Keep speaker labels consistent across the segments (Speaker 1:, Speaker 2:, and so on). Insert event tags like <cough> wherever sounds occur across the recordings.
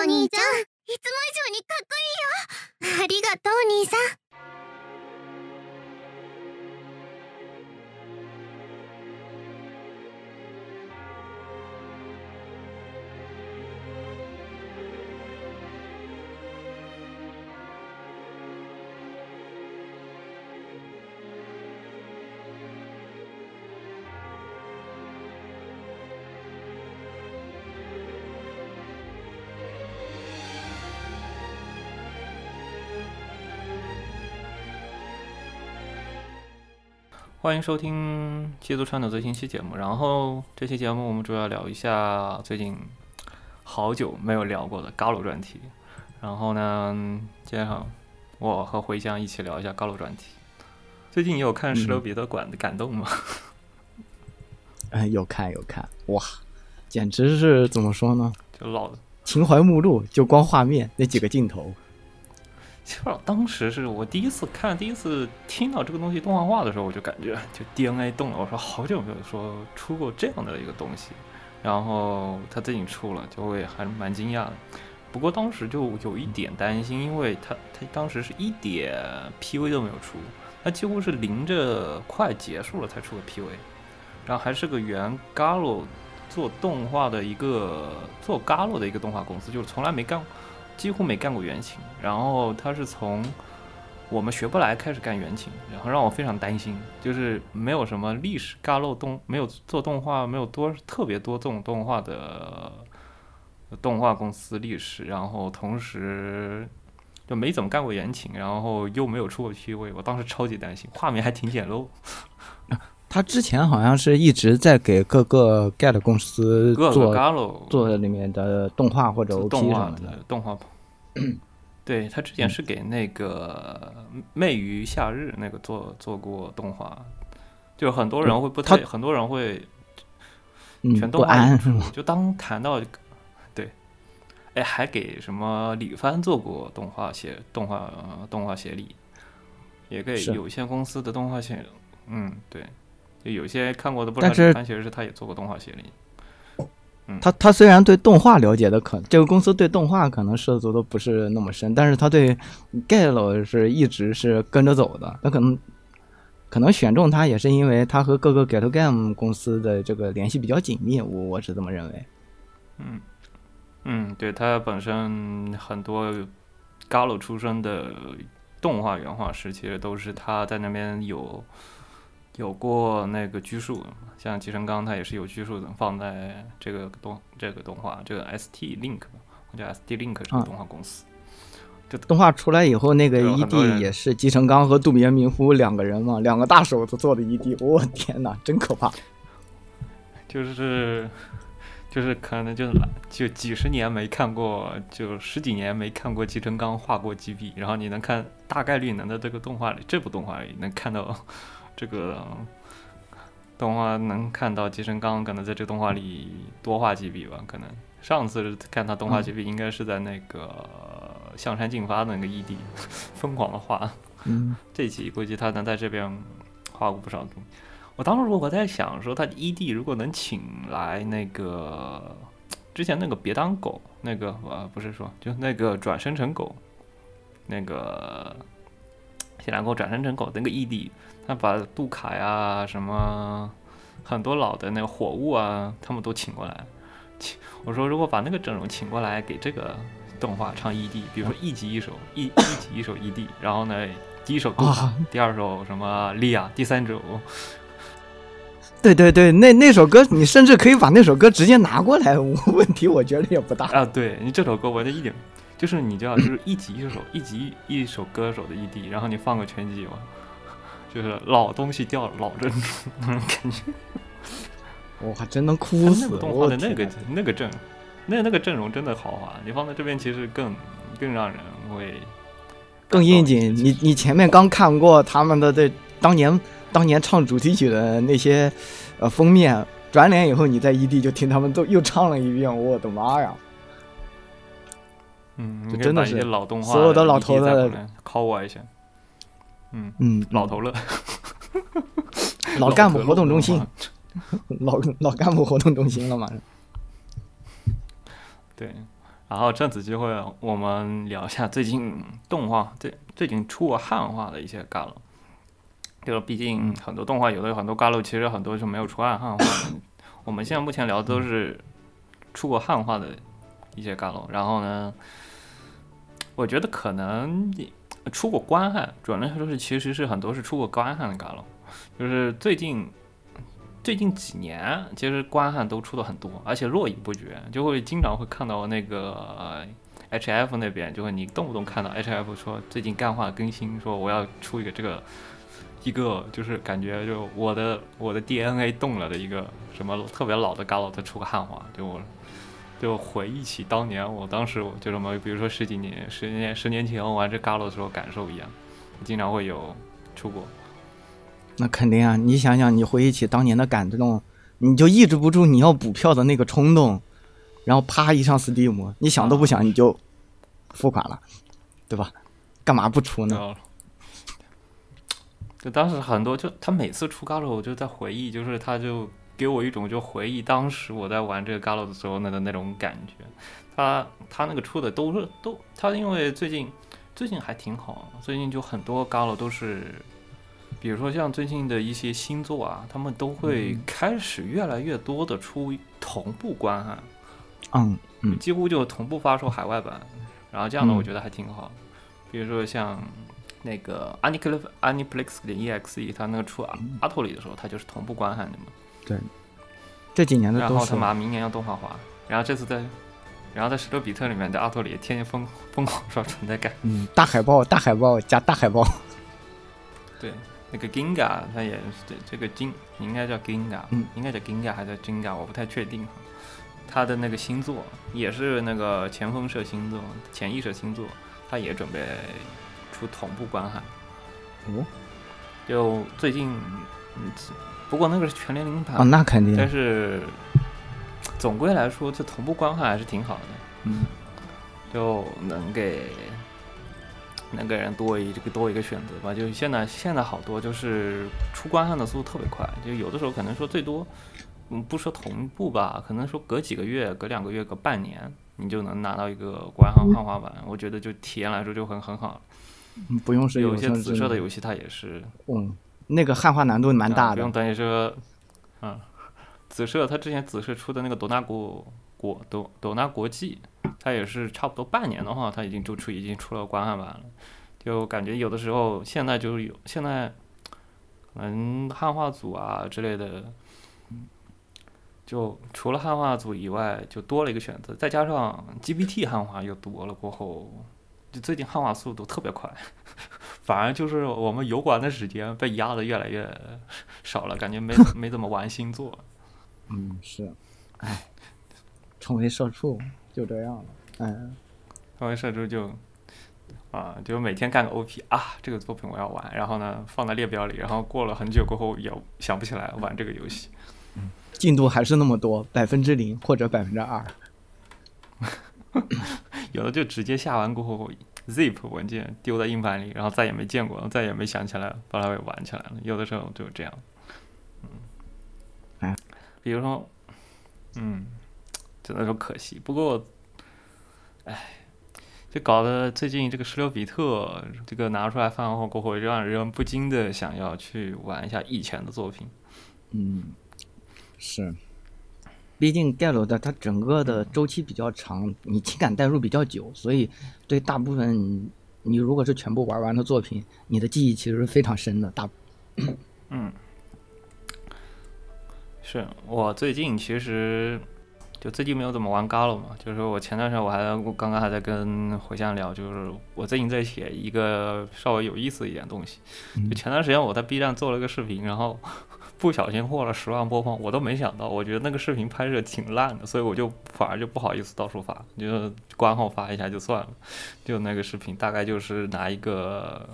Speaker 1: 兄ちゃんいつも以上にかっこいいよありがとう兄さん
Speaker 2: 欢迎收听《基督川的最新期节目。然后这期节目我们主要聊一下最近好久没有聊过的高楼专题。然后呢，接上我和茴香一起聊一下高楼专题。最近你有看《石榴彼得馆》的感动吗？ <laughs>
Speaker 3: 嗯，有看有看，哇，简直是怎么说呢？
Speaker 2: 就老
Speaker 3: 情怀目录就光画面那几个镜头，
Speaker 2: 其实当时是我第一次看、第一次听到这个东西动画化的时候，我就感觉就 DNA 动了。我说好久没有说出过这样的一个东西，然后它最近出了，就会还蛮惊讶的。不过当时就有一点担心，因为它它当时是一点 PV 都没有出，它几乎是临着快结束了才出的 PV，然后还是个原 Galo 做动画的一个做 Galo 的一个动画公司，就是从来没干过。几乎没干过原型，然后他是从我们学不来开始干原型，然后让我非常担心，就是没有什么历史嘎漏动，没有做动画，没有多特别多这种动画的动画公司历史，然后同时就没怎么干过原型，然后又没有出过 PV，我当时超级担心，画面还挺简陋，
Speaker 3: 他之前好像是一直在给各个 GAT 公司
Speaker 2: 各个
Speaker 3: 做
Speaker 2: 嘎漏
Speaker 3: 做里面的动画或者
Speaker 2: 做
Speaker 3: OP
Speaker 2: 动
Speaker 3: 什
Speaker 2: 画
Speaker 3: 么的。嗯
Speaker 2: 动
Speaker 3: <clears throat>
Speaker 2: 画。对他之前是给那个《媚于夏日》那个做做过动画，就很多人会不太，
Speaker 3: 他
Speaker 2: 很多人会
Speaker 3: 嗯，
Speaker 2: 全
Speaker 3: 不
Speaker 2: 动画
Speaker 3: 安是吗？
Speaker 2: 就当谈到对，哎，还给什么李帆做过动画协动画、呃动画协力，也给
Speaker 3: 是
Speaker 2: 有限公司的动画协，嗯，对，就有些看过的不知
Speaker 3: 但
Speaker 2: 道李
Speaker 3: 是
Speaker 2: 帆其实是他也做过动画协力，
Speaker 3: 他他虽然对动画了解的可，这个公司对动画可能涉足的不是那么深，但是他对 Galo 是一直是跟着走的。他可能可能选中他也是因为他和各个 Gato Game 公司的这个联系比较紧密，我我是这么认为。
Speaker 2: 嗯，嗯，对，他本身很多 Galo 出身的动画原画师，其实都是他在那边有有过那个拘束，像吉成刚他也是有拘束的，放在这个动这个动画这个 ST Link 吧，我叫 ST Link 这个
Speaker 3: 啊
Speaker 2: 动画公司，
Speaker 3: 动画出来以后，那个
Speaker 2: 对有很多
Speaker 3: ED
Speaker 2: 人
Speaker 3: 也是吉成刚和渡边明夫两个人嘛，两个大手子做的 ED，我、天哪，真可怕！
Speaker 2: 就是就是可能就是懒就几十年没看过，就十几年没看过吉成刚画过几笔，然后你能看大概率能在这个动画里，这部动画里能看到这个动画能看到吉成刚可能在这动画里多画几笔吧，可能上次看他动画几笔应该是在那个象山进发的那个异地疯狂的画。
Speaker 3: 嗯，
Speaker 2: 这期估计他能在这边画过不少东西。我当时我在想说，他 ED 如果能请来那个之前那个别当狗，那个呃不是说就那个转生成狗，那个谢兰狗转生成狗那个 ED，他把杜卡呀什么很多老的那个火物啊，他们都请过来。请我说如果把那个阵容请过来给这个动画唱 ED，比如说一集一首一一集一首 ED，然后呢第一首杜卡
Speaker 3: 啊，
Speaker 2: 第二首什么莉亚，第三首
Speaker 3: 对对对，那那首歌你甚至可以把那首歌直接拿过来，我问题我觉得也不大。
Speaker 2: 啊，对你这首歌我就一点，就是你知道，就是一集一首，一集一首歌手的 ED，然后你放个全集嘛，就是老东西掉老珍珠那种感觉。
Speaker 3: 我还真能哭
Speaker 2: 那
Speaker 3: 死！
Speaker 2: 部动画
Speaker 3: 我
Speaker 2: 的那个
Speaker 3: 天哪
Speaker 2: 那个阵，那那个阵容真的豪华，你放在这边其实更更让人会
Speaker 3: 更应景，
Speaker 2: 感动一些
Speaker 3: 你你前面刚看过他们的这当年当年唱主题曲的那些呃封面，转脸以后你在 ED 就听他们都又唱了一遍，我的妈呀！
Speaker 2: 嗯，你
Speaker 3: 这
Speaker 2: 可以
Speaker 3: 真的
Speaker 2: 把一些
Speaker 3: 是
Speaker 2: 老动画
Speaker 3: 所有的老
Speaker 2: ED
Speaker 3: 头
Speaker 2: 再
Speaker 3: 的
Speaker 2: 过来 call 我一下，嗯，
Speaker 3: 嗯，
Speaker 2: 老头乐，
Speaker 3: 老干部
Speaker 2: 头
Speaker 3: 活动
Speaker 2: 乐
Speaker 3: 中
Speaker 2: 动
Speaker 3: 心
Speaker 2: 画，
Speaker 3: 老老干部活动中心了嘛？
Speaker 2: 对，然后这次机会我们聊一下最近动画，最最近出过汉化的一些旮旯。就是毕竟很多动画有的有很多旮旯，其实很多是没有出汉汉化的。我们现在目前聊的都是出过汉化的一些旮旯，然后呢，我觉得可能出过官汉，准确来说是其实是很多是出过官汉的旮旯，就是最近最近几年，其实官汉都出的很多，而且络绎不绝，就会经常会看到那个。呃 H F 那边就会你动不动看到 H F 说最近干化更新，说我要出一个这个一个就是感觉就我的我的 DNA 动了的一个什么特别老的旮旯，再出个汉化，就我就回忆起当年我当时我就什么，比如说十几年、十年、十年前我玩这旮旯的时候感受一样，经常会有出过。
Speaker 3: <laughs> 那肯定啊！你想想，你回忆起当年的感动，你就抑制不住你要补票的那个冲动，然后啪一上 Steam，你想都不想你就付款了，对吧？干嘛不出呢？
Speaker 2: 然后哦就当时很多，就他每次出旮旯，我就在回忆，就是他就给我一种就回忆当时我在玩这个旮旯的时候那的那种感觉。他他那个出的都是都，他因为最近最近还挺好，啊最近就很多旮旯都是，比如说像最近的一些新作啊，他们都会开始越来越多的出同步啊观看，
Speaker 3: 嗯，
Speaker 2: 几乎就同步发售海外版，然后这样呢，
Speaker 3: 嗯
Speaker 2: 我觉得还挺好。比如说像那个 Aniplex Aniplex 的 EXE，它 E 那个出阿
Speaker 3: 嗯
Speaker 2: 阿托里的时候，它就是同步观看的嘛。
Speaker 3: 这几年的
Speaker 2: 然
Speaker 3: 都
Speaker 2: 后
Speaker 3: 是
Speaker 2: 他。妈明年要动画化，然后这次在，然后在石头比特里面的阿托里也天天疯疯狂刷存在感。
Speaker 3: 嗯，大海报，大海报加
Speaker 2: <laughs>
Speaker 3: 大海报，
Speaker 2: 对，那个 Ginga 它也是这这个金应该叫 Ginga，、
Speaker 3: 嗯
Speaker 2: 应该叫 Ginga 还是叫 Ginga，我不太确定哈。他的那个星座也是那个前锋社星座、潜意识星座，他也准备出同步观看。
Speaker 3: 哦，
Speaker 2: 就最近，嗯，不过那个是全年龄版，
Speaker 3: 哦，那肯定
Speaker 2: 但，是总归来说，这同步观看还是挺好的，
Speaker 3: 嗯，
Speaker 2: 就能给能给人多一这个多一个选择吧。就是现在现在好多就是出观看的速度特别快，就有的时候可能说最多，嗯，不说同步吧，可能说隔几个月、隔两个月、隔半年，你就能拿到一个观看汉化版。我觉得就体验来说就很很好了。
Speaker 3: 嗯不用是
Speaker 2: 有一些
Speaker 3: 声
Speaker 2: 紫
Speaker 3: 之
Speaker 2: 色的
Speaker 3: 类
Speaker 2: 游戏它也是
Speaker 3: 嗯，那个汉化难度蛮
Speaker 2: 啊
Speaker 3: 大
Speaker 2: 不
Speaker 3: 的
Speaker 2: 用，担心说，嗯，紫色他之前紫色出的那个斗纳国国斗斗纳国际，它也是差不多半年的话，它已经就出已经出了官汉版了，就感觉有的时候现在就是有现在，可能汉化组啊之类的。就除了汉化组以外，就多了一个选择，再加上 GPT 汉化又多了过后，就最近汉化速度特别快，反而就是我们油管的时间被压得越来越少了，感觉没没怎么玩星座。
Speaker 3: 嗯，是，哎，成为社畜就这样了，哎，
Speaker 2: 然后社畜就啊、就每天干个 OP 啊，这个作品我要玩，然后呢放在列表里，然后过了很久过后也想不起来玩这个游戏。
Speaker 3: 进度还是那么多，百分之零或者百分之二，
Speaker 2: 有的就直接下完过后 zip 文件丢在硬盘里，然后再也没见过，再也没想起来把它给玩起来了。有的时候就这样，嗯
Speaker 3: 哎，
Speaker 2: 比如说，嗯，只能说可惜。不过，哎，就搞得最近这个十六比特这个拿出来饭后过后，让人不禁的想要去玩一下以前的作品。
Speaker 3: 嗯，是，毕竟盖楼的它整个的周期比较长，你情感代入比较久，所以对大部分你你如果是全部玩完的作品，你的记忆其实是非常深的，大
Speaker 2: 嗯是我最近其实就最近没有怎么玩 Galo 嘛，就是我前段时间我还我刚刚还在跟茴香聊，就是我最近在写一个稍微有意思一点的东西。就前段时间我在 B 站做了个视频，然后不小心获了十万播放，我都没想到，我觉得那个视频拍摄挺烂的，所以我就反而就不好意思到处发，就观后发一下就算了。就那个视频大概就是拿一个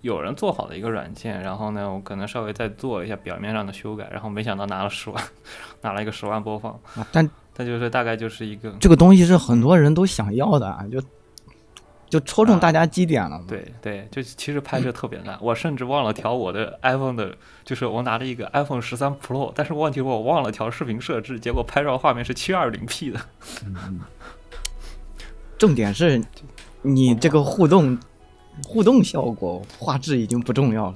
Speaker 2: 有人做好的一个软件，然后呢，我可能稍微再做一下表面上的修改，然后没想到拿了十万， <laughs> 拿了一个十万播放，
Speaker 3: 啊，但
Speaker 2: 它就是大概就是一个
Speaker 3: 这个东西是很多人都想要的啊，就就戳中大家基点了嘛。
Speaker 2: 对对，就其实拍摄特别烂，我甚至忘了调我的 iPhone 的，就是我拿了一个 iPhone 十三 Pro，但是问题是我忘了调视频设置，结果拍照画面是七二零 P 的。
Speaker 3: 重点是你这个互动互动效果、画质已经不重要了。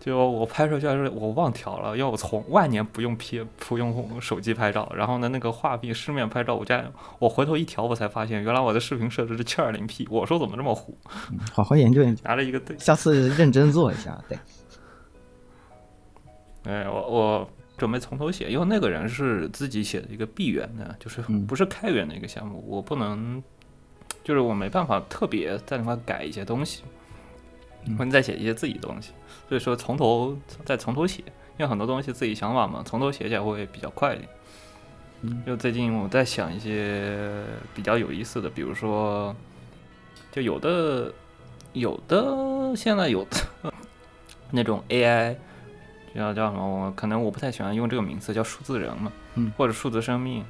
Speaker 2: 就我拍出去是我忘调了，要我从万年不用 P 不用手机拍照，然后呢那个画面市面拍照，我家我回头一调，我才发现原来我的视频设置是七二零 P，我说怎么这么糊？
Speaker 3: 好好研究研究，
Speaker 2: 拿了一个对，
Speaker 3: 下次认真做一下。对，
Speaker 2: 哎我我准备从头写，因为那个人是自己写的一个闭源的，就是
Speaker 3: 嗯
Speaker 2: 不是开源的一个项目，我不能，就是我没办法特别在那块改一些东西，
Speaker 3: 嗯
Speaker 2: 或者再写一些自己的东西，所以说从头再从头写，因为很多东西自己想法嘛，从头写起来会比较快一点。
Speaker 3: 嗯
Speaker 2: 就最近我在想一些比较有意思的，比如说，就有的有的现在有的 <laughs> 那种 AI。叫叫什么？我可能我不太喜欢用这个名词，叫数字人嘛，
Speaker 3: 嗯
Speaker 2: 或者数字生命，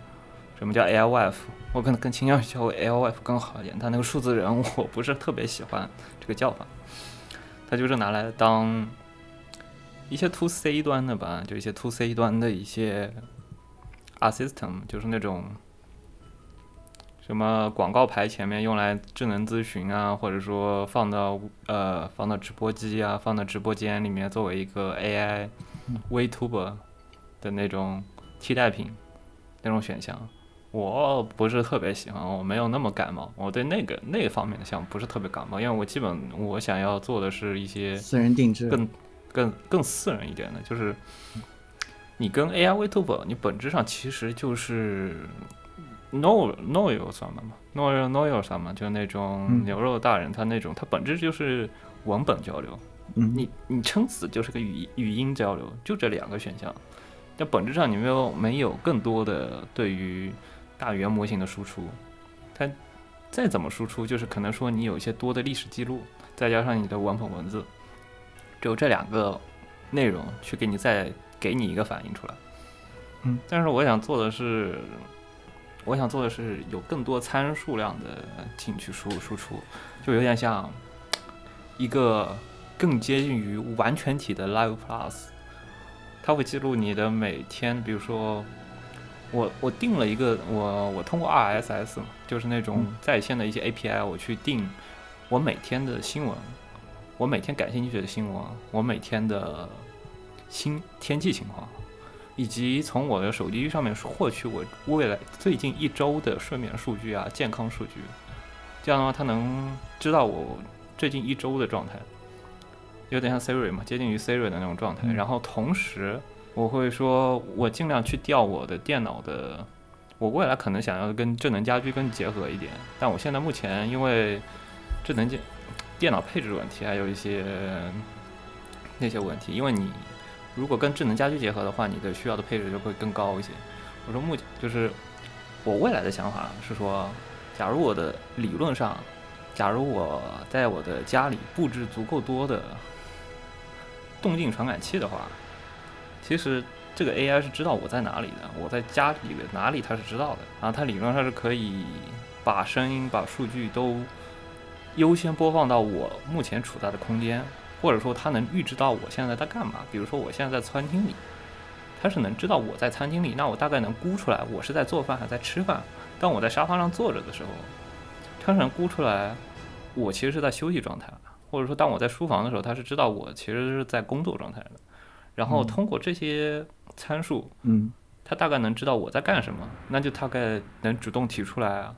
Speaker 2: 什么叫 AI wife？我可能更倾向于叫 AI wife 更好一点，但那个数字人我不是特别喜欢这个叫法，它就是拿来当一些 to C 端的吧，就一些 to C 端的一些 assistant，就是那种什么广告牌前面用来智能咨询啊，或者说放到呃放到直播机啊，放到直播间里面作为一个 AI VTuber 的那种替代品那种选项，我不是特别喜欢，我没有那么感冒，我对那个那方面的项目不是特别感冒，因为我基本我想要做的是一些
Speaker 3: 私人定制，
Speaker 2: 更更更私人一点的，就是你跟 AI VTuber，你本质上其实就是 No No 有什么嘛，No No 有什么，就是那种
Speaker 3: 嗯
Speaker 2: 牛肉大人，他那种他本质就是文本交流，
Speaker 3: 嗯，
Speaker 2: 你你撑死就是个语语音交流，就这两个选项，但本质上你没有没有更多的对于大语言模型的输出，它再怎么输出，就是可能说你有一些多的历史记录，再加上你的文本文字，只有这两个内容去给你再给你一个反应出来。
Speaker 3: 嗯，
Speaker 2: 但是我想做的是，我想做的是有更多参数量的进去输入输出，就有点像一个更接近于完全体的 Live Plus，它会记录你的每天，比如说。我我定了一个我我通过 RSS 嘛，就是那种
Speaker 3: 嗯
Speaker 2: 在线的一些 API，我去定我每天的新闻，我每天感兴趣的新闻，我每天的新天气情况，以及从我的手机上面获取我未来最近一周的睡眠数据啊、健康数据，这样的话它能知道我最近一周的状态，有点像 Siri 嘛，接近于 Siri 的那种状态。
Speaker 3: 嗯
Speaker 2: 然后同时我会说，我尽量去调我的电脑的。我未来可能想要跟智能家居更结合一点，但我现在目前因为智能家电脑配置问题，还有一些那些问题，因为你如果跟智能家居结合的话，你的需要的配置就会更高一些。我说目前就是我未来的想法是说，假如我的理论上，假如我在我的家里布置足够多的动静传感器的话，其实这个 AI 是知道我在哪里的，我在家里的哪里它是知道的，然后它理论上是可以把声音、把数据都优先播放到我目前处在的空间，或者说它能预知到我现在在干嘛。比如说我现在在餐厅里，它是能知道我在餐厅里，那我大概能估出来我是在做饭还是在吃饭。当我在沙发上坐着的时候，它是能估出来我其实是在休息状态，或者说当我在书房的时候，它是知道我其实是在工作状态的。然后
Speaker 3: 嗯
Speaker 2: 通过这些参数，
Speaker 3: 嗯
Speaker 2: 他大概能知道我在干什么，那就大概能主动提出来啊，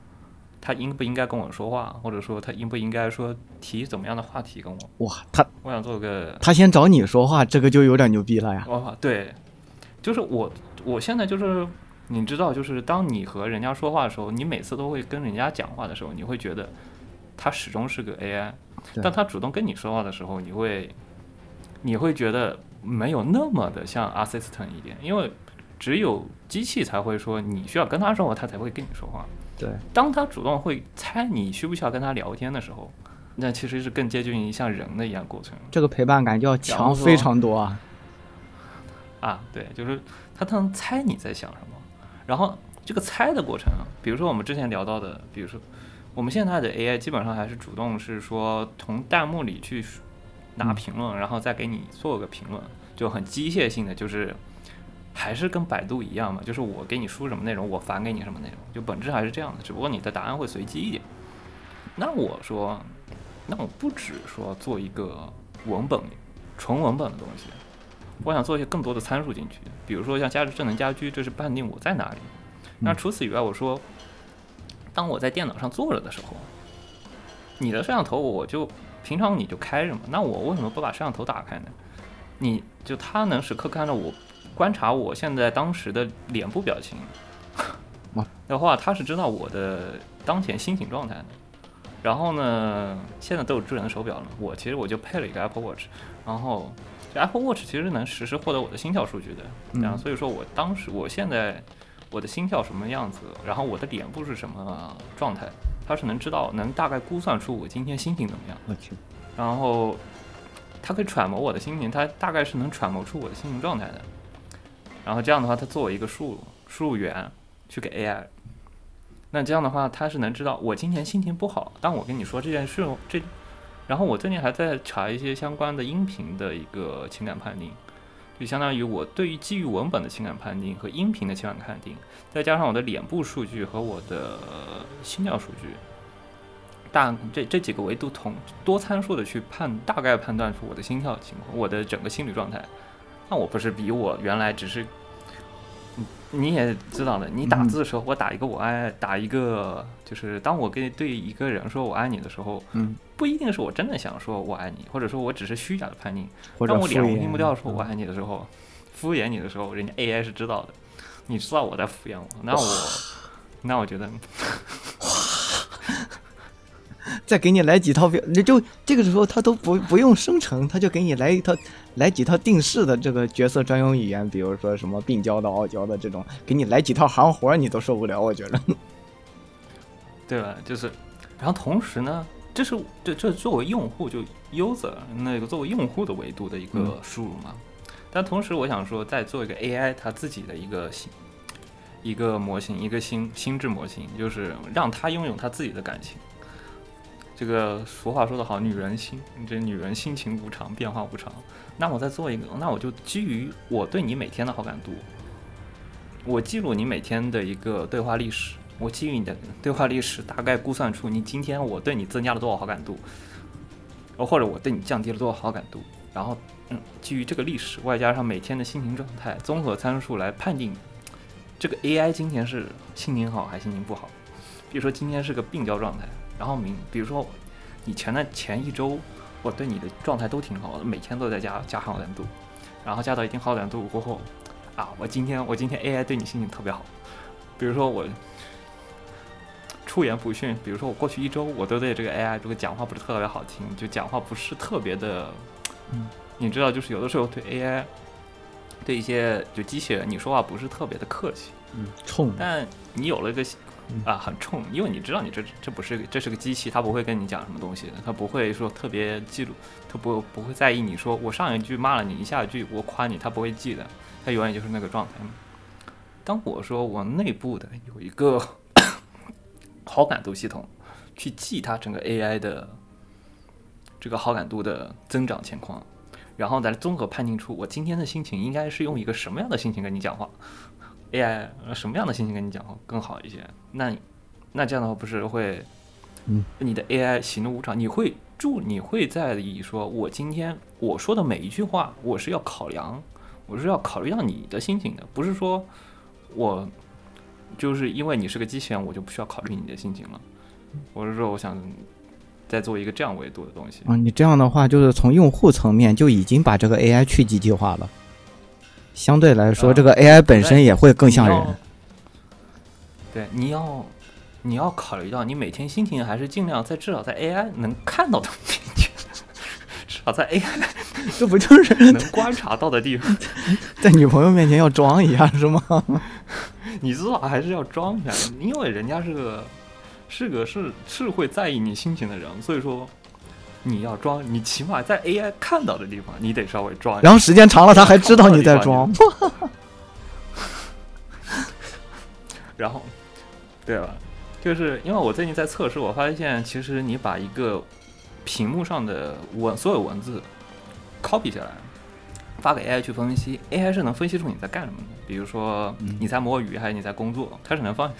Speaker 2: 他应不应该跟我说话，或者说他应不应该说提怎么样的话题跟我。
Speaker 3: 哇，他
Speaker 2: 我想做个，
Speaker 3: 他先找你说话，这个就有点牛逼了呀。
Speaker 2: 哦，对，就是我，我现在就是你知道，就是当你和人家说话的时候，你每次都会跟人家讲话的时候，你会觉得他始终是个 AI，
Speaker 3: 对
Speaker 2: 但他主动跟你说话的时候，你会你会觉得没有那么的像 assistant 一点，因为只有机器才会说你需要跟他说话，他才会跟你说话。
Speaker 3: 对，
Speaker 2: 当他主动会猜你需不需要跟他聊天的时候，那其实是更接近于像人的一样过程
Speaker 3: 这个陪伴感就要强非常多啊。
Speaker 2: 啊。对，就是他他能猜你在想什么，然后这个猜的过程啊，比如说我们之前聊到的，比如说我们现在的 AI 基本上还是主动是说从弹幕里去拿评论，然后再给你做个评论，就很机械性的，就是还是跟百度一样嘛，就是我给你输什么内容，我返给你什么内容，就本质还是这样的，只不过你的答案会随机一点。那我说，那我不只说做一个文本纯文本的东西，我想做一些更多的参数进去，比如说像价值智能家居，这是判定我在哪里。那除此以外，我说，当我在电脑上坐着的时候，你的摄像头我就平常你就开着嘛，那我为什么不把摄像头打开呢？你就它能时刻看到我观察我现在当时的脸部表情
Speaker 3: 哇
Speaker 2: <laughs> 的话，它是知道我的当前心情状态的。然后呢，现在都有智能手表了，我其实我就配了一个 Apple Watch，然后这 Apple Watch 其实能实时获得我的心跳数据的，然后
Speaker 3: 嗯
Speaker 2: 所以说我当时我现在我的心跳什么样子，然后我的脸部是什么状态，它是能知道能大概估算出我今天心情怎么样。
Speaker 3: 我去，
Speaker 2: 然后他可以揣摩我的心情，他大概是能揣摩出我的心情状态的。然后这样的话，他作为一个输入输入源去给 AI，那这样的话，他是能知道我今天心情不好，当我跟你说这件事，这，然后我最近还在查一些相关的音频的一个情感判定。就相当于我对于基于文本的情感判定和音频的情感判定，再加上我的脸部数据和我的呃心跳数据，大这这几个维度同多参数的去判，大概判断出我的心跳情况，我的整个心理状态。那我不是比我原来只是，你你也知道的，你打字的时候，我打一个我爱，打一个就是当我跟对一个人说我爱你的时候，
Speaker 3: 嗯，
Speaker 2: 不一定是我真的想说我爱你，或者说我只是虚假的叛逆。
Speaker 3: 或者
Speaker 2: 当我脸
Speaker 3: 敷
Speaker 2: 红心不
Speaker 3: 衍
Speaker 2: 跳说我
Speaker 3: 嗯
Speaker 2: 爱你的时候，敷衍你的时候，人家 AI 是知道的，你知道我在敷衍我，那我 <sighs> 那我觉得
Speaker 3: 再给你来几套表，你就这个时候他都不不用生成，他就给你来一套来几套定式的这个角色专用语言，比如说什么病娇的、傲娇的这种，给你来几套行活儿你都受不了，我觉得。
Speaker 2: 对吧？就是，然后同时呢，这是这这作为用户就 user 那个作为用户的维度的一个
Speaker 3: 嗯
Speaker 2: 输入嘛。但同时，我想说，再做一个 AI 它自己的一个心一个模型，一个心心智模型，就是让它拥有它自己的感情。这个俗话说得好，女人心，这女人心情无常，变化无常。那我再做一个，那我就基于我对你每天的好感度，我记录你每天的一个对话历史，我基于你的对话历史，大概估算出你今天我对你增加了多少好感度，呃或者我对你降低了多少好感度，然后嗯，基于这个历史，外加上每天的心情状态，综合参数来判定这个 AI 今天是心情好还是心情不好。比如说今天是个病娇状态，然后明，比如说你前的前一周，我对你的状态都挺好的，每天都在加加好感度，然后加到一定好感度过后，啊，我今天我今天 AI 对你心情特别好，比如说我出言不逊，比如说我过去一周我都对这个 AI 这个讲话不是特别好听，就讲话不是特别的，
Speaker 3: 嗯，
Speaker 2: 你知道，就是有的时候对 AI 对一些就机器人，你说话不是特别的客气，
Speaker 3: 嗯， <laughs> 冲
Speaker 2: 但你有了一个
Speaker 3: 嗯
Speaker 2: 啊，很冲，因为你知道你这这不是这是个机器，它不会跟你讲什么东西的，它不会说特别记录，它不不会在意你说我上一句骂了你，下一句我夸你，它不会记的，它永远就是那个状态嘛。当我说我内部的有一个 <coughs> 好感度系统，去记它整个 AI 的这个好感度的增长情况，然后再综合判定出我今天的心情应该是用一个什么样的心情跟你讲话。AI 呃什么样的心情跟你讲话更好一些？那你那这样的话不是会，
Speaker 3: 嗯，
Speaker 2: 你的 AI 喜怒无常，你会注你会在意说，我今天我说的每一句话，我是要考量，我是要考虑到你的心情的，不是说我就是因为你是个机器人，我就不需要考虑你的心情了。我是说，我想再做一个这样维度的东西。
Speaker 3: 啊！你这样的话，就是从用户层面就已经把这个 AI 去机器化了。相对来说，
Speaker 2: 啊
Speaker 3: 这个 AI 本
Speaker 2: 对
Speaker 3: 身也会更像
Speaker 2: 你要
Speaker 3: 人。
Speaker 2: 对，你要你要考虑到你每天心情还是尽量在至少在 AI 能看到的地方，至少在 AI
Speaker 3: 这不就是 <laughs>
Speaker 2: 能观察到的地方，
Speaker 3: 在女朋友面前要装一下是吗？ <laughs>
Speaker 2: 你至少还是要装一下，因为人家是个是个是是会在意你心情的人，所以说。你要装，你起码在 AI 看到的地方，你得稍微装一下。
Speaker 3: 然后时间长了，他还知道你在装。
Speaker 2: 然后，对吧？就是因为我最近在测试，我发现其实你把一个屏幕上的文所有文字 copy 下来，发给 AI 去分析，AI 是能分析出你在干什么的。比如说你在摸鱼还是你在工作，它是能放，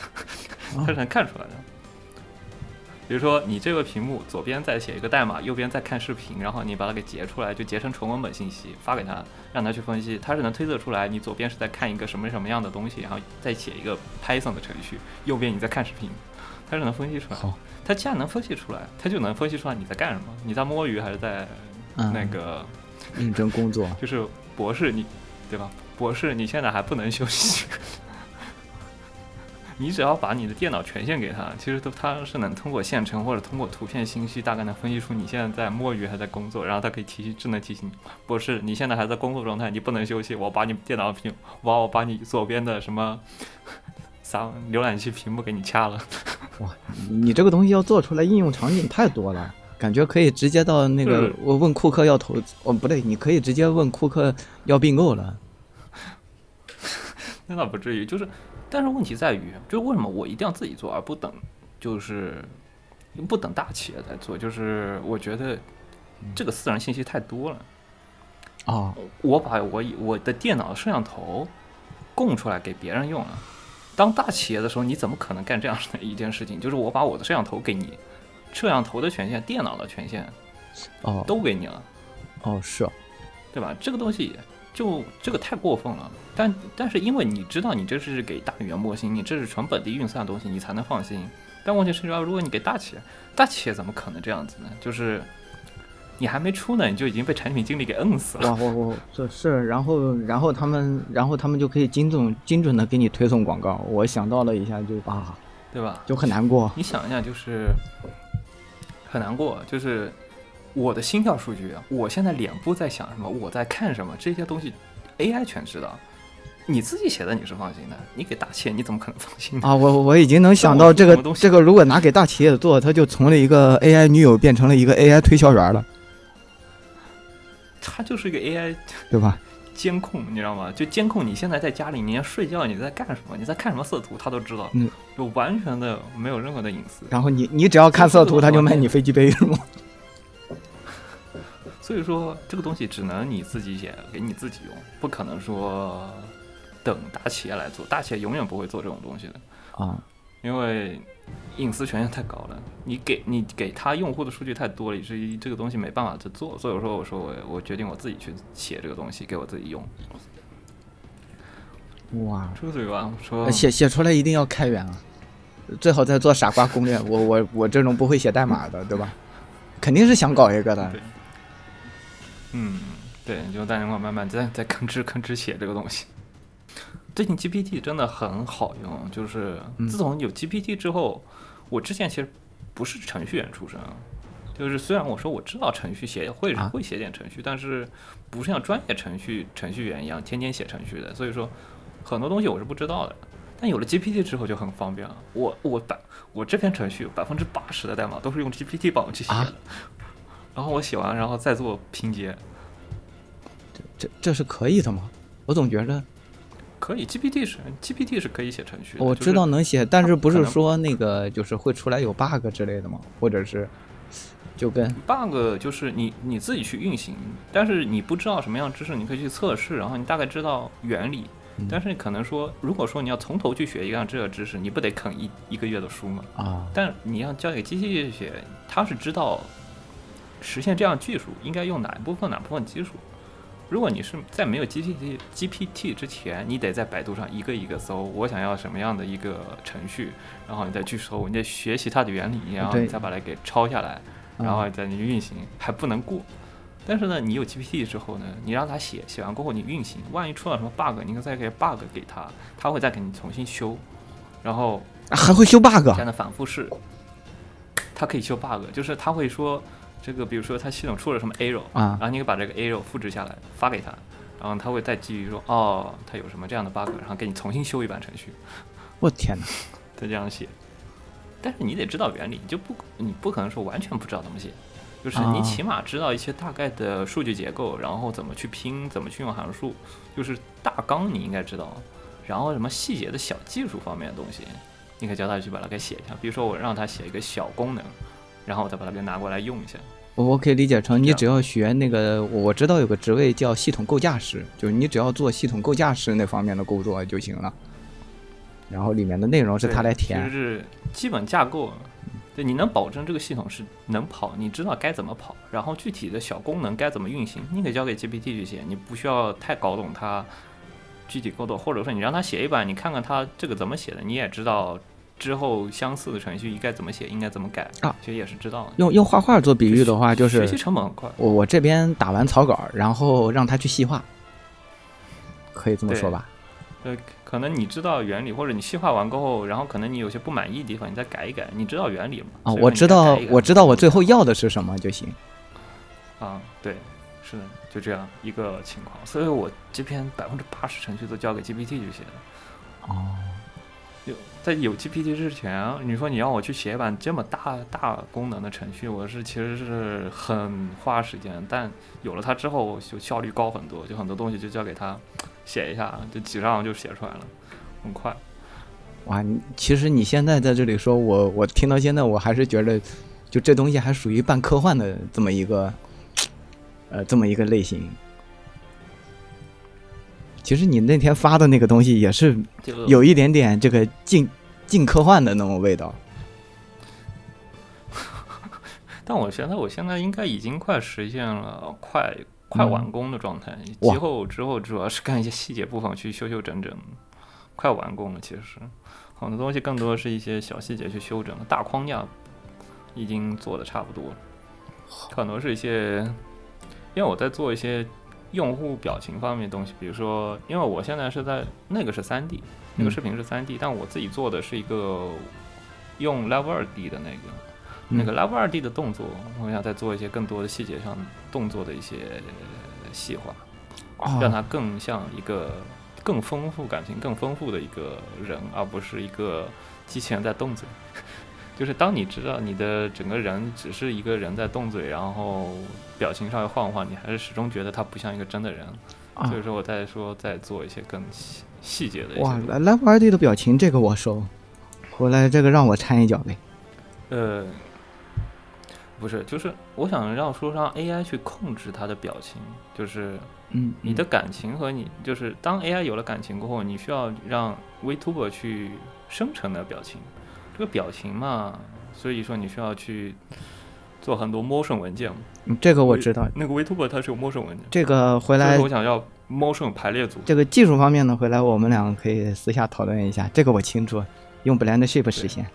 Speaker 2: 它是能看出来的。比如说你这个屏幕左边在写一个代码，右边在看视频，然后你把它给截出来，就截成纯文本信息发给他，让他去分析，他是能推测出来你左边是在看一个什么什么样的东西，然后再写一个 Python 的程序，右边你在看视频，他是能分析出来的
Speaker 3: 好。
Speaker 2: 他既然能分析出来，他就能分析出来你在干什么，你在摸鱼还是在
Speaker 3: 嗯
Speaker 2: 那个。
Speaker 3: <laughs> 认真工作，
Speaker 2: 就是博士你，对吧？博士你现在还不能休息， <laughs> 你只要把你的电脑权限给他，其实都他是能通过线程或者通过图片信息，大概能分析出你现在在摸鱼还在工作，然后他可以提醒智能提醒你，博士你现在还在工作状态，你不能休息，我把你电脑屏，我把我把你左边的什么。 <laughs> 啥浏览器屏幕给你掐了，
Speaker 3: 你这个东西要做出来，应用场景太多了，感觉可以直接到那个
Speaker 2: 是
Speaker 3: 我问库克要投资，哦不对，你可以直接问库克要并购了。
Speaker 2: 那倒不至于。就是，但是问题在于，就是为什么我一定要自己做，而不等，就是不等大企业来做，就是我觉得这个私人信息太多了。
Speaker 3: 哦，
Speaker 2: 我把我以我的电脑摄像头供出来给别人用了。当大企业的时候，你怎么可能干这样的一件事情？就是我把我的摄像头给你，摄像头的权限、电脑的权限
Speaker 3: 哦，
Speaker 2: 都给你了，
Speaker 3: 哦，是，
Speaker 2: 对吧？这个东西就这个太过分了。但但是因为你知道你这是给大语言模型，你这是纯本地运算的东西，你才能放心。但问题是说，如果你给大企业，大企业怎么可能这样子呢？就是你还没出呢，你就已经被产品经理给摁死了。
Speaker 3: 哇我我这是，然后然后他们然后他们就可以精准精准的给你推送广告，我想到了一下就啊
Speaker 2: 对吧？
Speaker 3: 就很难过，
Speaker 2: 你想一下，就是很难过，就是我的心跳数据，啊我现在脸部在想什么，我在看什么，这些东西 AI 全知道。你自己写的你是放心的，你给大企业你怎么可能放 <laughs> 心呢？
Speaker 3: 啊，我我已经能想到这
Speaker 2: 这我是什么
Speaker 3: 个
Speaker 2: 东西
Speaker 3: 这个，如果拿给大企业做，他就从了一个 AI 女友变成了一个 AI 推销员了，
Speaker 2: 它就是一个 AI
Speaker 3: 对吧？
Speaker 2: 监控，你知道吗？就监控你现在在家里，你连睡觉你在干什么，你在看什么色图，它都知道，
Speaker 3: 嗯
Speaker 2: 就完全的没有任何的隐私。
Speaker 3: 然后你你只要看色图，他就卖你飞机杯是吗？ <laughs>
Speaker 2: 所以说这个东西只能你自己写，给你自己用，不可能说等大企业来做，大企业永远不会做这种东西的。
Speaker 3: 啊，
Speaker 2: 因为隐私权限太高了，你给你给他用户的数据太多了，以至于这个东西没办法去做。所以我说，我说我我决定我自己去写这个东西，给我自己用。
Speaker 3: 哇，
Speaker 2: 出嘴吧，我说
Speaker 3: 呃写写出来一定要开源啊，最好再做傻瓜攻略。我我我这种不会写代码的，对吧？肯定是想搞一个的
Speaker 2: 对。嗯，对，你就大情况慢慢再再吭哧吭哧写这个东西。最近 GPT 真的很好用，就是
Speaker 3: 嗯
Speaker 2: 自从有 GPT 之后，我之前其实不是程序员出身，啊，就是虽然我说我知道程序写会
Speaker 3: 啊
Speaker 2: 会写点程序，但是不是像专业程序程序员一样天天写程序的，所以说很多东西我是不知道的。但有了 GPT 之后就很方便了，我我百我这篇程序百分之八十的代码都是用 GPT 帮我去写的，
Speaker 3: 啊
Speaker 2: 然后我写完然后再做拼接，
Speaker 3: 这这是可以的吗？我总觉得
Speaker 2: 可以 GPT 是 GPT 是可以写程序的，
Speaker 3: 我
Speaker 2: 就是
Speaker 3: 知道能写，但是不
Speaker 2: 可
Speaker 3: 是
Speaker 2: 能
Speaker 3: 说那个就是会出来有 bug 之类的吗？或者是就跟
Speaker 2: bug 就是你你自己去运行，但是你不知道什么样的知识，你可以去测试，然后你大概知道原理。
Speaker 3: 嗯
Speaker 2: 但是你可能说，如果说你要从头去学一样这个知识，你不得啃一一个月的书吗？
Speaker 3: 啊
Speaker 2: 但你要交给机器去写，它是知道实现这样技术应该用哪一部分哪部分技术。如果你是在没有 GPT GPT 之前，你得在百度上一个一个搜，我想要什么样的一个程序，然后你再去搜，你得学习它的原理，然后你
Speaker 3: 对
Speaker 2: 再把它给抄下来，
Speaker 3: 嗯
Speaker 2: 然后再你运行，还不能过。但是呢，你有 GPT 之后呢，你让它写，写完过后你运行，万一出了什么 bug，你可以再给 bug 给它，它会再给你重新修，然后
Speaker 3: 还会修 bug 啊
Speaker 2: 这样的反复试，它可以修 bug，就是它会说这个，比如说它系统出了什么 error，、
Speaker 3: 啊
Speaker 2: 然后你把这个 error 复制下来发给它，然后它会再基于说哦，它有什么这样的 bug，然后给你重新修一版程序，
Speaker 3: 我天哪！
Speaker 2: 再这样写。但是你得知道原理，你就不你不可能说完全不知道怎么写，就是
Speaker 3: 啊
Speaker 2: 你起码知道一些大概的数据结构，然后怎么去拼，怎么去用函数，就是大纲你应该知道，然后什么细节的小技术方面的东西，你可以教他去把它给写一下。比如说我让他写一个小功能，然后我再把它给拿过来用一下，
Speaker 3: 我我可以理解成
Speaker 2: 这
Speaker 3: 你
Speaker 2: 样
Speaker 3: 只要学那个，我知道有个职位叫系统构架师，就是你只要做系统构架师那方面的工作就行了。然后里面的内容是
Speaker 2: 对
Speaker 3: 他来
Speaker 2: 就
Speaker 3: 填，
Speaker 2: 是基本架构。啊对，你能保证这个系统是能跑，你知道该怎么跑，然后具体的小功能该怎么运行，你可以交给 GPT 去写，你不需要太搞懂它具体构造，或者说你让它写一版，你看看它这个怎么写的，你也知道之后相似的程序应该怎么写，应该怎么改
Speaker 3: 啊，
Speaker 2: 其实也是知道的。
Speaker 3: 用用画画做比喻的话，就
Speaker 2: 学
Speaker 3: 是
Speaker 2: 习成本很快，
Speaker 3: 我我这边打完草稿，然后让他去细化，可以这么
Speaker 2: 对
Speaker 3: 说吧？
Speaker 2: 呃，可能你知道原理，或者你细化完过后，然后可能你有些不满意的地方，你再改一改，你知道原理嘛？
Speaker 3: 啊，
Speaker 2: 所以说
Speaker 3: 我
Speaker 2: 你
Speaker 3: 知
Speaker 2: 再
Speaker 3: 道
Speaker 2: 改一改
Speaker 3: 我知道我最后要的是什么就行。
Speaker 2: 啊，对，是的，就这样一个情况。所以我这篇百分之八十程序都交给 GPT 去写的。
Speaker 3: 哦，
Speaker 2: 有在有 GPT 之前，你说你让我去写一版这么大大功能的程序，我是其实是很花时间。但有了它之后，就效率高很多，就很多东西就交给它写一下，就几张就写出来了，很快。
Speaker 3: 哇，你其实你现在在这里说我，我听到现在我还是觉得，就这东西还属于半科幻的这么一个，呃，这么一个类型。其实你那天发的那个东西也是
Speaker 2: 就
Speaker 3: 有一点点这个近近科幻的那种味道。
Speaker 2: 但我现在我现在应该已经快实现了快快完工的状态，
Speaker 3: 嗯哇
Speaker 2: 之后之后主要是干一些细节部分去修修整整，快完工了。其实很多东西更多是一些小细节去修整了，大框架已经做的差不多了，很多是一些，因为我在做一些用户表情方面的东西，比如说，因为我现在是在那个是三 D，那个
Speaker 3: 嗯
Speaker 2: 视频是三 D，、但我自己做的是一个用 Level 二 D 的那个。那
Speaker 3: 嗯
Speaker 2: 个 Level 二 D 的动作，我想再做一些更多的细节上动作的一些呃细化，让
Speaker 3: 哦，
Speaker 2: 它更像一个更丰富感情、更丰富的一个人，而不是一个机器人在动嘴。 <laughs> 就是当你知道你的整个人只是一个人在动嘴，然后表情稍微晃晃，你还是始终觉得他不像一个真的人。
Speaker 3: 啊
Speaker 2: 所以说我在说再做一些更细细节的一些
Speaker 3: 哇
Speaker 2: 东西
Speaker 3: ，Live 二 D 的表情这个我收，回来这个让我掺一脚呗。
Speaker 2: 呃，不是，就是我想要说让 AI 去控制它的表情，就是
Speaker 3: 嗯，
Speaker 2: 你的感情和你，就是当 AI 有了感情过后，你需要让 VTuber 去生成的表情，这个表情嘛，所以说你需要去做很多 motion 文件嘛。
Speaker 3: 嗯这个我知道，
Speaker 2: 那个 VTuber 它是有 motion 文件，
Speaker 3: 这个回
Speaker 2: 所以
Speaker 3: 来
Speaker 2: 说我想要 motion 排列组合。
Speaker 3: 这个技术方面呢，回来我们两个可以私下讨论一下。这个我清楚，用 Blend Shape 实现，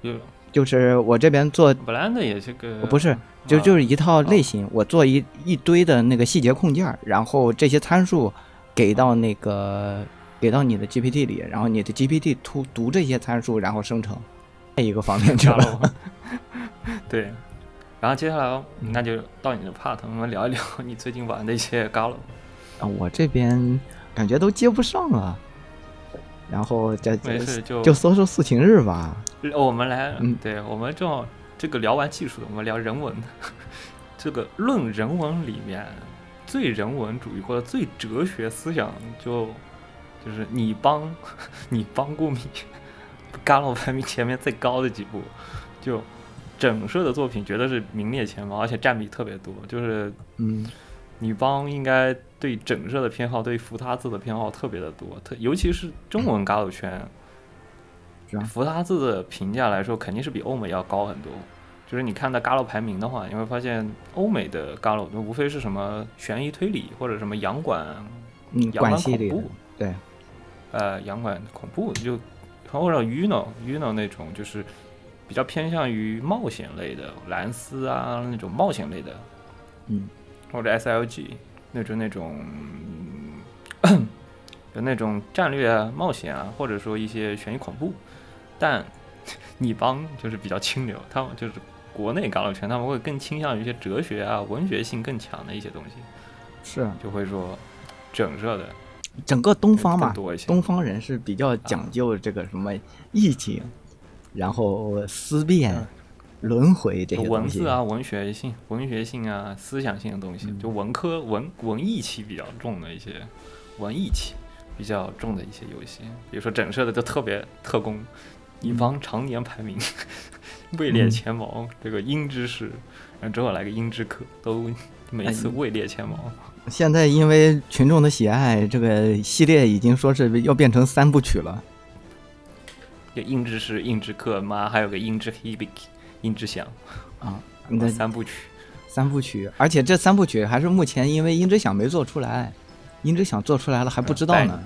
Speaker 2: 就
Speaker 3: 就是我这边做，
Speaker 2: 本来呢也是个
Speaker 3: 不是，就
Speaker 2: 啊
Speaker 3: 就是一套类型，我做一一堆的那个细节控件儿，然后这些参数给到那个给到你的 GPT 里，然后你的 GPT 读读这些参数，然后生成。另一个方面去
Speaker 2: 加 <laughs>
Speaker 3: 了，
Speaker 2: 了嗯我。 <laughs> 对，然后接下来哦那就到你的 part，我们聊一聊你最近玩的一些 Galo。
Speaker 3: 啊我这边感觉都接不上了，然后这
Speaker 2: 没事， <laughs> 就
Speaker 3: 就搜搜四情日吧。
Speaker 2: 我们来，
Speaker 3: 嗯
Speaker 2: 对我们正好这个聊完技术的，我们聊人文的。 <laughs> 这个论人文里面最人文主义或者最哲学思想就就是你帮 <laughs> 你帮顾米，嘎洛排名前面最高的几部，就整社的作品绝对是名列前茅，而且占比特别多，就是
Speaker 3: 嗯，
Speaker 2: 女帮应该对整社的偏好，对伏他字的偏好特别的多，特尤其是中文嘎鲁圈
Speaker 3: 是吧，
Speaker 2: 伏他字的评价来说，肯定是比欧美要高很多。就是你看到嘎鲁排名的话，你会发现欧美的嘎鲁无非是什么悬疑推理或者什么洋馆、
Speaker 3: 嗯，
Speaker 2: 洋
Speaker 3: 关
Speaker 2: 馆
Speaker 3: 系
Speaker 2: 恐
Speaker 3: 里的
Speaker 2: 怖，
Speaker 3: 对，
Speaker 2: 呃，洋馆恐怖就或者 Uno Uno 那种就是比较偏向于冒险类的，蓝斯啊那种冒险类的，
Speaker 3: 嗯。
Speaker 2: 或者 SLG 那种那种有那种战略啊、冒险啊，或者说一些悬疑恐怖，但 <laughs> 你帮就是比较清流，他们就是国内港老圈，他们会更倾向于一些哲学啊、文学性更强的一些东西，
Speaker 3: 是
Speaker 2: 就会说整热的
Speaker 3: 整个东方
Speaker 2: 更
Speaker 3: 嘛，
Speaker 2: 多一些
Speaker 3: 东方人是比
Speaker 2: 啊
Speaker 3: 较讲究这个什么意境，然后思辨、轮回这
Speaker 2: 就
Speaker 3: 些
Speaker 2: 嗯文
Speaker 3: 东西嗯
Speaker 2: 字。啊、文学性、文学性啊、思想性的东西，就文科文文艺气比较重的一些文艺气比较重的一
Speaker 3: 嗯
Speaker 2: 些游戏，比如说整社的就特别特工，一帮常年排名， <laughs> 位列前茅，这个鹰之师，然后之后来个鹰之客，
Speaker 3: 哎
Speaker 2: 都每次位列前茅。
Speaker 3: 现在因为群众的喜爱，这个系列已经说是要变成三部曲了。
Speaker 2: 有鹰之师、鹰之客，妈还有个鹰之 hibiki、鹰之响
Speaker 3: 啊，
Speaker 2: 那
Speaker 3: 那
Speaker 2: 哦三部曲。
Speaker 3: 三部曲，而且这三部曲还是目前因为音之响没做出来，音之响做出来了还不知道呢，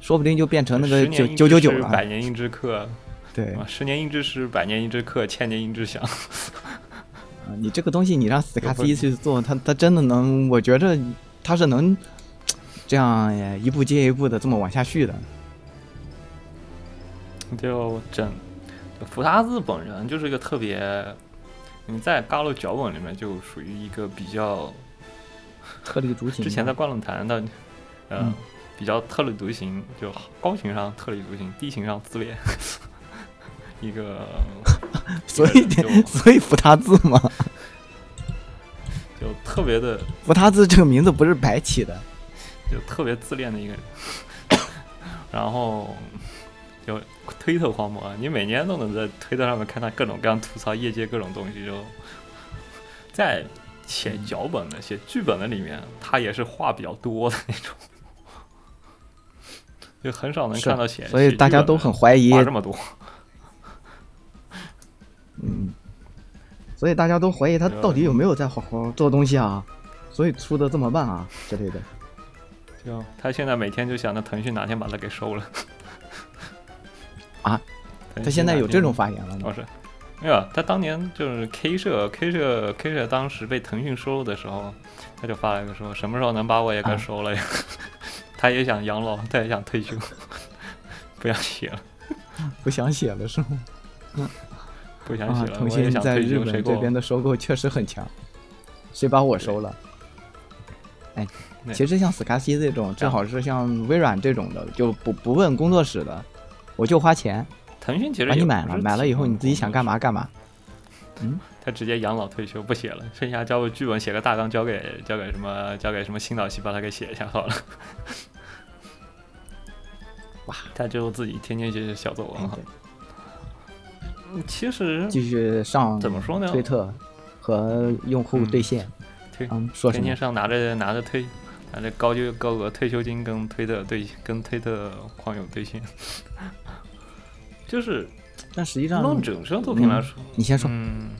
Speaker 3: 说不定就变成那个
Speaker 2: 哎十年
Speaker 3: 九
Speaker 2: 鹰
Speaker 3: 九
Speaker 2: 之
Speaker 3: 九九
Speaker 2: 师百
Speaker 3: 了。
Speaker 2: 年鹰之客，
Speaker 3: 对
Speaker 2: 什，么啊十年鹰之师，百年鹰之客，千年鹰之响。
Speaker 3: 啊你这个东西你让斯卡
Speaker 2: 有
Speaker 3: 西去做，他他真的能，我觉着他是能这样哎一步接一步的这么往下续的。
Speaker 2: <laughs> 就整就福达兹本人就是一个特别，你在《嘎鲁脚本》里面就属于一个比较，
Speaker 3: 特立独行。
Speaker 2: 之前在灌论坛的，呃，
Speaker 3: 嗯
Speaker 2: 比较特立独行，就高情商特立独行，低情商自恋， <laughs> 一个，
Speaker 3: 所以
Speaker 2: 一个人
Speaker 3: 所以福他字嘛， <laughs>
Speaker 2: 就就特别的
Speaker 3: 福他字这个名字不是白起的。
Speaker 2: 就特别自恋的一个人， <laughs> 然后就推特狂魔，你每年都能在推特上面看他各种各样吐槽业界各种东西，就在写脚本的、写剧本的里面，他也是话比较多的那种， <laughs> 就很少能
Speaker 3: 是
Speaker 2: 看到写，
Speaker 3: 所以大家都很
Speaker 2: 写
Speaker 3: 怀疑
Speaker 2: 剧本的人，哎话这么多，
Speaker 3: 嗯，所以大家都怀疑他到底有没有在好好做东西啊，所以出的这么慢啊之类的。
Speaker 2: 就他现在每天就想着腾讯哪天把他给收了，
Speaker 3: 啊，
Speaker 2: <laughs> 腾讯
Speaker 3: 他现在
Speaker 2: 哪
Speaker 3: 有
Speaker 2: 天
Speaker 3: 这种发言了
Speaker 2: 哦，
Speaker 3: 吗？
Speaker 2: 是，没哎有，他当年就是 K 社，K 社，K 社当时被腾讯收的时候，他就发了一个说，什么时候能把我也
Speaker 3: 嗯
Speaker 2: 给收了呀？ <laughs> 他也想养老，他也想退休， <laughs> 不想写了，
Speaker 3: 不想写了是吗？
Speaker 2: 不想
Speaker 3: 啊
Speaker 2: 写，了，
Speaker 3: 腾
Speaker 2: 我也
Speaker 3: 讯
Speaker 2: 想
Speaker 3: 在
Speaker 2: 退
Speaker 3: 日
Speaker 2: 休，谁
Speaker 3: 本
Speaker 2: 给
Speaker 3: 这
Speaker 2: 我
Speaker 3: 边的收购确实很强，谁把我收了？哎，
Speaker 2: 对
Speaker 3: 其实像 SCSI 这种，正好是像微软这种的，就不不问工作室的，我就花钱
Speaker 2: 腾讯其实
Speaker 3: 把
Speaker 2: 也
Speaker 3: 你
Speaker 2: 不
Speaker 3: 买
Speaker 2: 是
Speaker 3: 了，买了
Speaker 2: 提
Speaker 3: 以后
Speaker 2: 供
Speaker 3: 你自己想干
Speaker 2: 工
Speaker 3: 嘛干嘛。
Speaker 2: 作室？他直接养老退休不写了，剩下交个剧本写个大纲交给交给什么交给什么新导系把他给写一下好了。
Speaker 3: 哇，
Speaker 2: 他就自己天天写写小作文
Speaker 3: 哎
Speaker 2: 哈
Speaker 3: 对。
Speaker 2: 嗯其实
Speaker 3: 继续上
Speaker 2: 怎么说呢
Speaker 3: 推特和用户对线，
Speaker 2: 推
Speaker 3: 嗯，说什
Speaker 2: 天
Speaker 3: 么
Speaker 2: 天？上拿着拿着退拿着高就高额退休金跟推特对跟推特矿友对线， <laughs> 就是
Speaker 3: 但实际上，
Speaker 2: 论整身作品来说，
Speaker 3: 你先说，嗯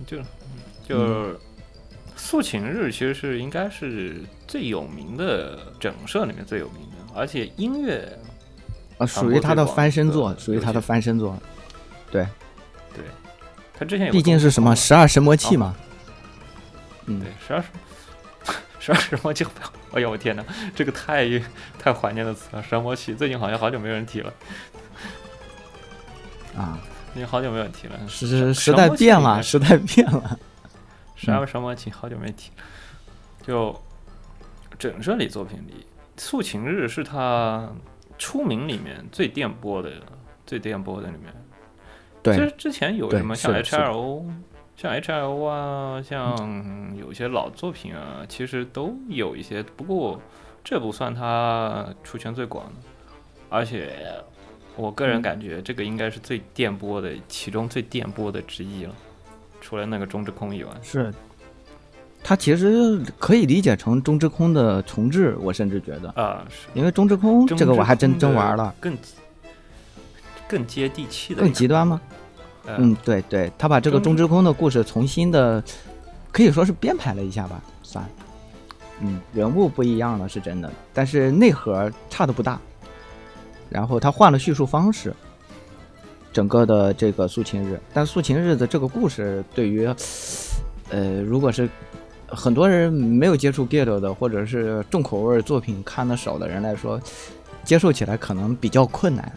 Speaker 2: 嗯，就就素琴日其实是应该是最有名的整社里面最有名的，而且音乐
Speaker 3: 啊，
Speaker 2: 传
Speaker 3: 属于
Speaker 2: 播
Speaker 3: 他
Speaker 2: 推
Speaker 3: 的
Speaker 2: 广哎
Speaker 3: 翻身
Speaker 2: 的
Speaker 3: 作，属于
Speaker 2: 路
Speaker 3: 他的
Speaker 2: 线
Speaker 3: 翻身作，
Speaker 2: 对，他之前有
Speaker 3: 毕
Speaker 2: 个
Speaker 3: 竟
Speaker 2: 东
Speaker 3: 是
Speaker 2: 西
Speaker 3: 什么
Speaker 2: 嘛
Speaker 3: 十二神魔器
Speaker 2: 好
Speaker 3: 嘛。嗯
Speaker 2: 哦对，，十二 <laughs> 什十二神魔器，哎呦我天哪，这个太太怀念的词了，神魔器最近好像好久没有人提了。
Speaker 3: 啊，
Speaker 2: 已经好久没有提了，
Speaker 3: 时时代变了，时代
Speaker 2: <laughs>
Speaker 3: 变了。
Speaker 2: 什么什么提，好久没提了。就整这类作品里，《素琴日》是他出名里面最电波的，最电波的里面。其
Speaker 3: 对
Speaker 2: 实，之前有
Speaker 3: 对
Speaker 2: 什么
Speaker 3: 是
Speaker 2: 像
Speaker 3: 的是的
Speaker 2: HLO、像 HLO 啊，像有些老作品啊，其实都有一些，不过这不算他出圈最广的，而且我个
Speaker 3: 嗯
Speaker 2: 人感觉这个应该是最电波的，其中最电波的之一了。除了那个中之空以外，
Speaker 3: 是。他其实可以理解成中之空的重置，我甚至觉得，
Speaker 2: 啊，是
Speaker 3: 因为中之空
Speaker 2: 中
Speaker 3: 这个我还真
Speaker 2: 之空
Speaker 3: 真
Speaker 2: 的
Speaker 3: 玩了，
Speaker 2: 更更接地气的一
Speaker 3: 更
Speaker 2: 个
Speaker 3: 极端吗？
Speaker 2: 呃
Speaker 3: 嗯，对对，他把这个
Speaker 2: 中
Speaker 3: 中之空的故事重新的，可以说是编排了一下吧，算。嗯，人物不一样了是真的，但是内核差的不大。然后他换了叙述方式，整个的这个素琴日，但素琴日的这个故事对于，呃，如果是很多人没有接触 g a t 的，或者是重口味作品看的少的人来说，接受起来可能比较困难。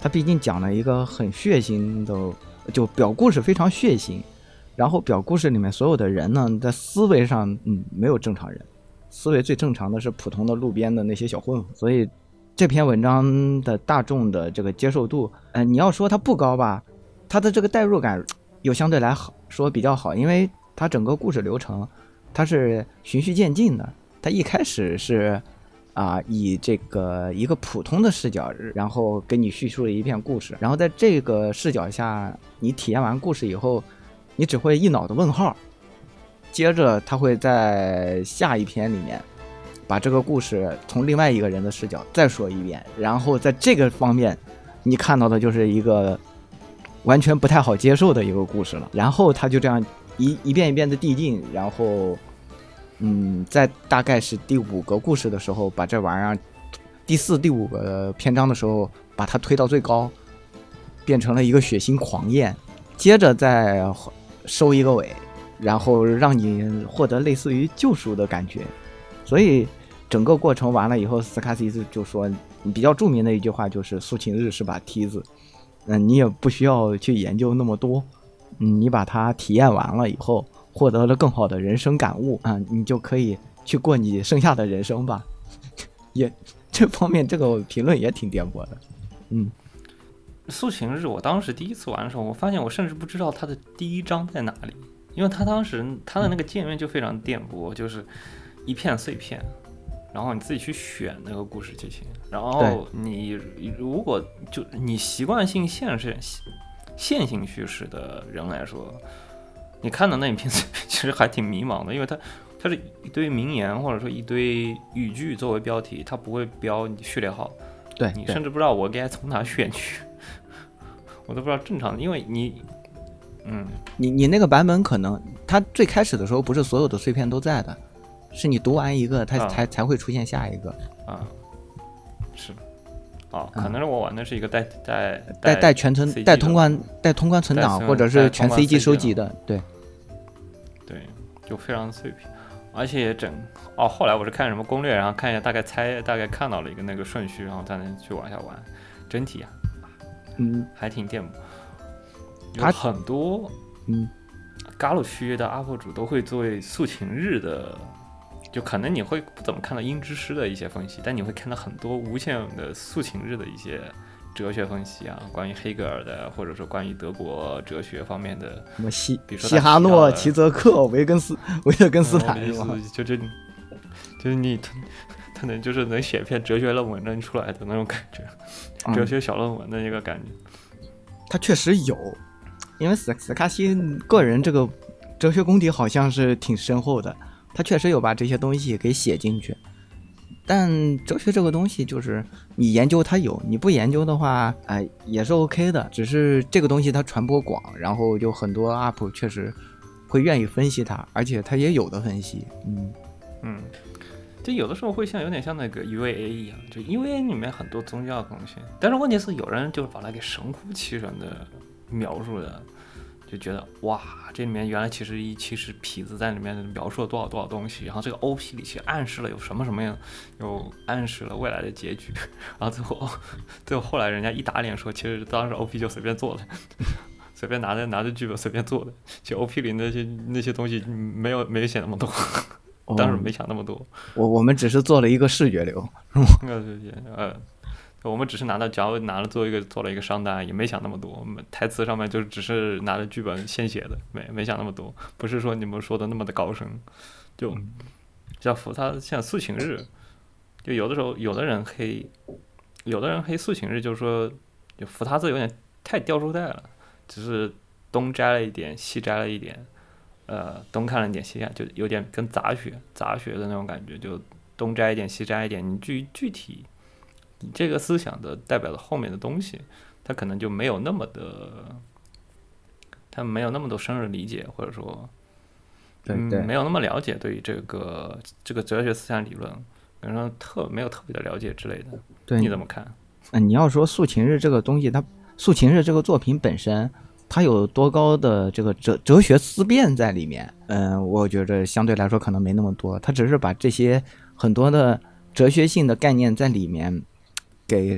Speaker 3: 他毕竟讲了一个很血腥的就表故事非常血腥，然后表故事里面所有的人呢，在思维上，嗯，没有正常人，思维最正常的是普通的路边的那些小混混，所以这篇文章的大众的这个接受度，呃，你要说它不高吧，它的这个代入感又相对来好说比较好，因为它整个故事流程它是循序渐进的，它一开始是。啊、以这个一个普通的视角，然后给你叙述了一遍故事，然后在这个视角下，你体验完故事以后，你只会一脑的问号，接着他会在下一篇里面。把这个故事从另外一个人的视角再说一遍，然后在这个方面，你看到的就是一个完全不太好接受的一个故事了。然后他就这样一一遍一遍的递进，然后，嗯，在大概是第五个故事的时候，把这玩意儿第四、第五个篇章的时候，把它推到最高，变成了一个血腥狂宴，接着再收一个尾，然后让你获得类似于救赎的感觉。所以整个过程完了以后，斯卡西斯就说比较著名的一句话就是“苏秦日是把梯子”，嗯，你也不需要去研究那么多，嗯，你把它体验完了以后，获得了更好的人生感悟啊、你就可以去过你剩下的人生吧。 <laughs> 也这方面这个评论也挺颠簸的，嗯，
Speaker 2: 苏秦日，我当时第一次玩的时候，我发现我甚至不知道它的第一章在哪里，因为它当时它的那个界面就非常颠簸，就是一片碎片，然后你自己去选那个故事剧情，然后你如果就你习惯性线是线性叙事的人来说，你看到那一片 <laughs> 碎片其实还挺迷茫的，因为它。它是一堆名言或者说一堆语句作为标题，它不会标你序列号，
Speaker 3: 对，
Speaker 2: 你
Speaker 3: 对
Speaker 2: 甚至不知道我该从哪选去， <laughs> 我都不知道正常的，因为你，嗯，
Speaker 3: 你你那个版本可能它最开始的时候不是所有的碎片都在的，是你读完一个，它
Speaker 2: 啊
Speaker 3: 才、才会出现下一个。
Speaker 2: 啊，是，哦，可能是我玩的是一个带带
Speaker 3: 带嗯呃带全存
Speaker 2: CG
Speaker 3: 带
Speaker 2: 的
Speaker 3: 通关带通关存
Speaker 2: 带
Speaker 3: 档
Speaker 2: 存
Speaker 3: 或者
Speaker 2: 带
Speaker 3: 是
Speaker 2: 通
Speaker 3: 全
Speaker 2: 关
Speaker 3: CG
Speaker 2: CG
Speaker 3: 收
Speaker 2: 的
Speaker 3: 集的，对，
Speaker 2: 对，就非常碎片，而且整哦，后来我是看什么攻略，然后看一下大概猜，大概看到了一个那个顺序，然后才能去往下玩，整体啊
Speaker 3: 嗯
Speaker 2: 还挺颠簸，有
Speaker 3: 它
Speaker 2: 很多
Speaker 3: 嗯
Speaker 2: 嘎鲁区的 UP 主都会做素琴日的，就可能你会不怎么看到音之诗的一些分析，但你会看到很多无限的素琴日的一些哲学分析啊，关于黑格尔的，或者说关于德国哲学方面的，
Speaker 3: 什么西
Speaker 2: 比如说
Speaker 3: 西
Speaker 2: 他
Speaker 3: 哈
Speaker 2: 提到
Speaker 3: 诺、
Speaker 2: 的
Speaker 3: 齐泽克、维根斯、维特根斯
Speaker 2: 嗯我
Speaker 3: 坦
Speaker 2: 的
Speaker 3: 是
Speaker 2: 意
Speaker 3: 吗？
Speaker 2: 思就就就是你 <laughs> 他他能就是能写篇哲学论文能出来的那种感觉，哲
Speaker 3: 嗯，
Speaker 2: 学小论文的一个感觉。
Speaker 3: 他确实有，因为斯斯卡西个人这个哲学功底好像是挺深厚的，他确实有把这些东西给写进去。但哲学这个东西，就是你研究它有，你不研究的话，哎、也是 OK 的。只是这个东西它传播广，然后有很多 UP 确实会愿意分析它，而且它也有的分析。嗯，
Speaker 2: 嗯，就有的时候会像有点像那个 UAA 一样，就 UAA 里面很多宗教贡献，但是问题是有人就把它给神乎其神的描述的，就觉得哇，这里面原来其实一其实痞子在里面描述了多少多少东西，然后这个 OP 里其实暗示了有什么什么样，有暗示了未来的结局，然后最后最后后来人家一打脸说，其实当时 OP 就随便做的。随便拿着拿着剧本随便做的，其实 OP 里那些那些东西没有没有写那么多，当时没想那么多。
Speaker 3: 我我们只是做了一个视觉流。
Speaker 2: 呃，对对 <laughs> 呃，我们只是拿到，假如拿了做一个做了一个商单，也没想那么多。我们台词上面就是只是拿着剧本现写的，没没想那么多，不是说你们说的那么的高深。就像福他像素琴日，就有的时候有的人黑，有的人黑素琴日，就是说就福他字有点太掉书袋了，只是东摘了一点，西摘了一点。呃，东看了一点，西看，就有点跟杂学、杂学的那种感觉，就东摘一点西摘一点，你具具体你这个思想的代表的后面的东西，它可能就没有那么的，它没有那么多深入的理解，或者说
Speaker 3: 对
Speaker 2: 嗯
Speaker 3: 对
Speaker 2: 没有那么了解对于这个这个哲学思想理论，可能说特没有特别的了解之类的，
Speaker 3: 对，
Speaker 2: 你怎么看？
Speaker 3: 嗯，你要说《素琴日》这个东西，它《素琴日》这个作品本身，它有多高的这个哲哲学思辨在里面？嗯，我觉着相对来说可能没那么多，它只是把这些很多的哲学性的概念在里面给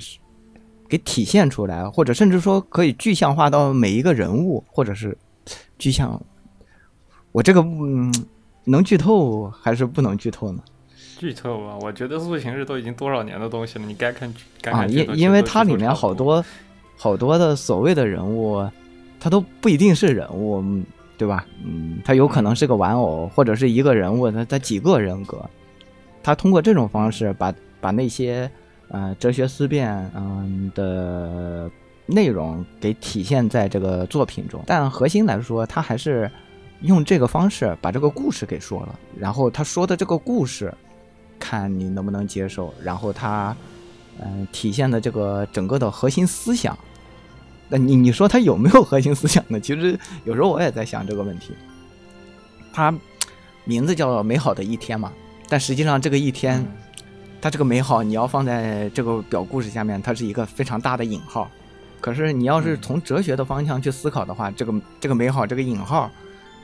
Speaker 3: 给体现出来，或者甚至说可以具象化到每一个人物，或者是具象。我这个嗯，能剧透还是不能剧透呢？
Speaker 2: 剧透吧，我觉得《素琴日》都已经多少年的东西了，你该看剧该
Speaker 3: 啊，
Speaker 2: 看剧
Speaker 3: 因
Speaker 2: 透
Speaker 3: 因为
Speaker 2: 剧透
Speaker 3: 它
Speaker 2: 剧
Speaker 3: 里
Speaker 2: 透
Speaker 3: 面
Speaker 2: 差不
Speaker 3: 好多好多的所谓的人物，他都不一定是人物，嗯对吧？嗯，他有可能是个玩偶，或者是一个人物，他他几个人格，他通过这种方式把把那些呃哲学思辨嗯、的内容给体现在这个作品中。但核心来说，他还是用这个方式把这个故事给说了，然后他说的这个故事，看你能不能接受，然后他嗯、呃体现的这个整个的核心思想。那你你说他有没有核心思想呢？其实有时候我也在想这个问题。他嗯名字叫《美好的一天》嘛，但实际上这个一天，它这个美好，你要放在这个表故事下面，它是一个非常大的引号。可是你要是
Speaker 2: 嗯
Speaker 3: 从哲学的方向去思考的话，这个这个美好这个引号，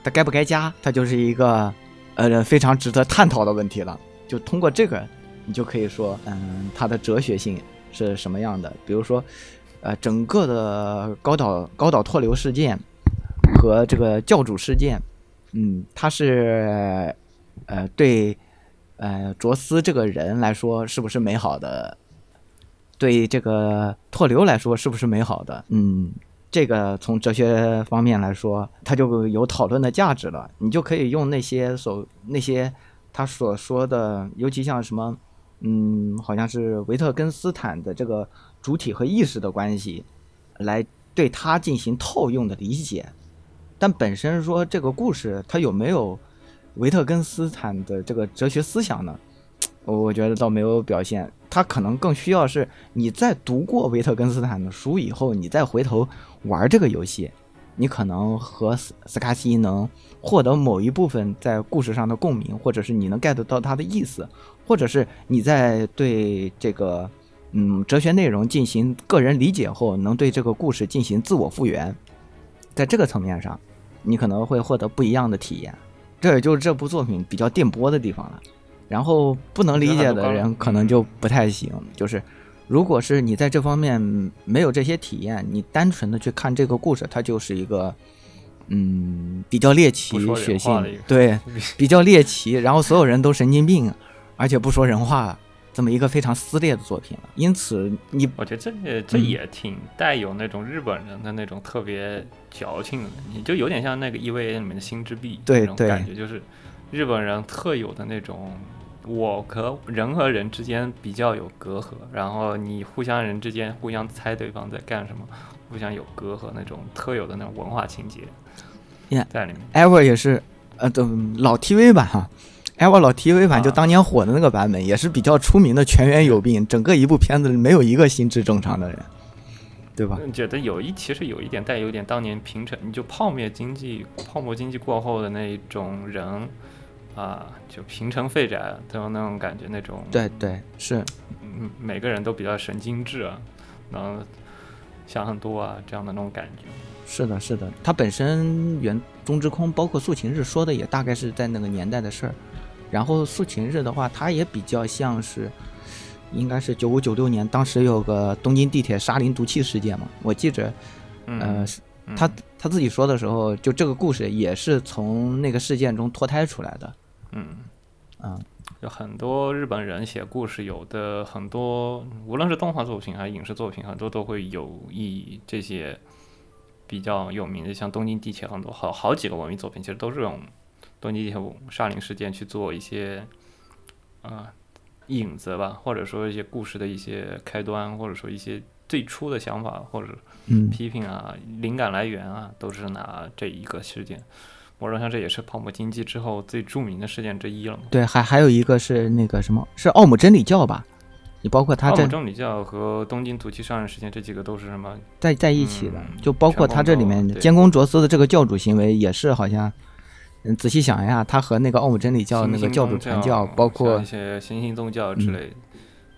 Speaker 3: 它该不该加，它就是一个呃非常值得探讨的问题了。就通过这个，你就可以说，嗯，它的哲学性是什么样的？比如说，呃，整个的高岛高岛拓流事件和这个教主事件，嗯，它是呃对呃卓斯这个人来说是不是美好的？对这个拓流来说是不是美好的？嗯，这个从哲学方面来说，它就有讨论的价值了。你就可以用那些所那些他所说的，尤其像什么，嗯，好像是维特根斯坦的这个主体和意识的关系，来对它进行套用的理解。但本身说这个故事它有没有维特根斯坦的这个哲学思想呢？我我觉得倒没有表现，它可能更需要是你在读过维特根斯坦的书以后，你再回头玩这个游戏，你可能和斯斯卡西能获得某一部分在故事上的共鸣，或者是你能 get 到他的意思，或者是你在对这个嗯哲学内容进行个人理解后，能对这个故事进行自我复原，在这个层面上，你可能会获得不一样的体验。这也就是这部作品比较电波的地方了。然后不能理解的人可能就不太行，就是如果是你在这方面没有这些体验，你单纯的去看这个故事，它就是一个嗯比较猎奇
Speaker 2: 不说人
Speaker 3: 血
Speaker 2: 话
Speaker 3: 腥
Speaker 2: 的一个，
Speaker 3: 对，比较猎奇，然后所有人都神经病，而且不说人话，这么一个非常撕裂的作品了。因此你
Speaker 2: 我觉得这也
Speaker 3: 嗯
Speaker 2: 这也挺带有那种日本人的那种特别矫情的，你就有点像那个 EVA 里面的心之壁
Speaker 3: 对
Speaker 2: 那种
Speaker 3: 对
Speaker 2: 感觉，就是日本人特有的那种，我和人和人之间比较有隔阂，然后你互相人之间互相猜对方在干什么，互相有隔阂那种特有的那种文化情节
Speaker 3: Yeah
Speaker 2: 在里面。
Speaker 3: Ever 也是，呃，对，老 TV 版哈、Ever <laughs> 老 TV 版就
Speaker 2: 啊
Speaker 3: 当年火的那个版本，也是比较出名的全员有病，整个一部片子里没有一个心智正常的人，对吧？
Speaker 2: 嗯觉得有一其实有一点带有点当年平成，就泡沫经济泡沫经济过后的那种人啊、就平成废宅的那种感觉，那种
Speaker 3: 对对是，
Speaker 2: 嗯，每个人都比较神经质啊，然后想很多啊这样的那种感觉。
Speaker 3: 是的，是的，他本身原中之空，包括素琴日说的也大概是在那个年代的事儿。然后素琴日的话，它也比较像是，应该是九五九六年，当时有个东京地铁沙林毒气事件嘛，我记着，
Speaker 2: 嗯，
Speaker 3: 呃，
Speaker 2: 嗯
Speaker 3: 他他自己说的时候，就这个故事也是从那个事件中脱胎出来的。
Speaker 2: 嗯
Speaker 3: 啊，
Speaker 2: 有很多日本人写故事，有的很多无论是动画作品还是影视作品，很多都会有以这些比较有名的，像东京地铁很多好好几个文艺作品，其实都是用东京地铁沙林事件去做一些啊、呃影子吧，或者说一些故事的一些开端，或者说一些最初的想法，或者
Speaker 3: 嗯
Speaker 2: 批评啊、灵感来源啊，都是拿这一个事件。某种上这也是泡沫经济之后最著名的事件之一了嘛。
Speaker 3: 对，还还有一个是那个什么，是奥姆真理教吧？你包括他
Speaker 2: 奥
Speaker 3: 这
Speaker 2: 姆真理教和东京毒气杀人事件这几个都是什么？
Speaker 3: 在在一起的，
Speaker 2: 嗯
Speaker 3: 就包括他这里
Speaker 2: 全
Speaker 3: 面
Speaker 2: 部都对
Speaker 3: 监工卓斯的这个教主行为，也是好像，嗯，仔细想一下，他和那个奥姆真理教
Speaker 2: 新
Speaker 3: 那个
Speaker 2: 兴
Speaker 3: 教主
Speaker 2: 宗
Speaker 3: 传
Speaker 2: 教
Speaker 3: 教，包
Speaker 2: 像
Speaker 3: 括
Speaker 2: 一些新兴宗教之
Speaker 3: 嗯
Speaker 2: 类的，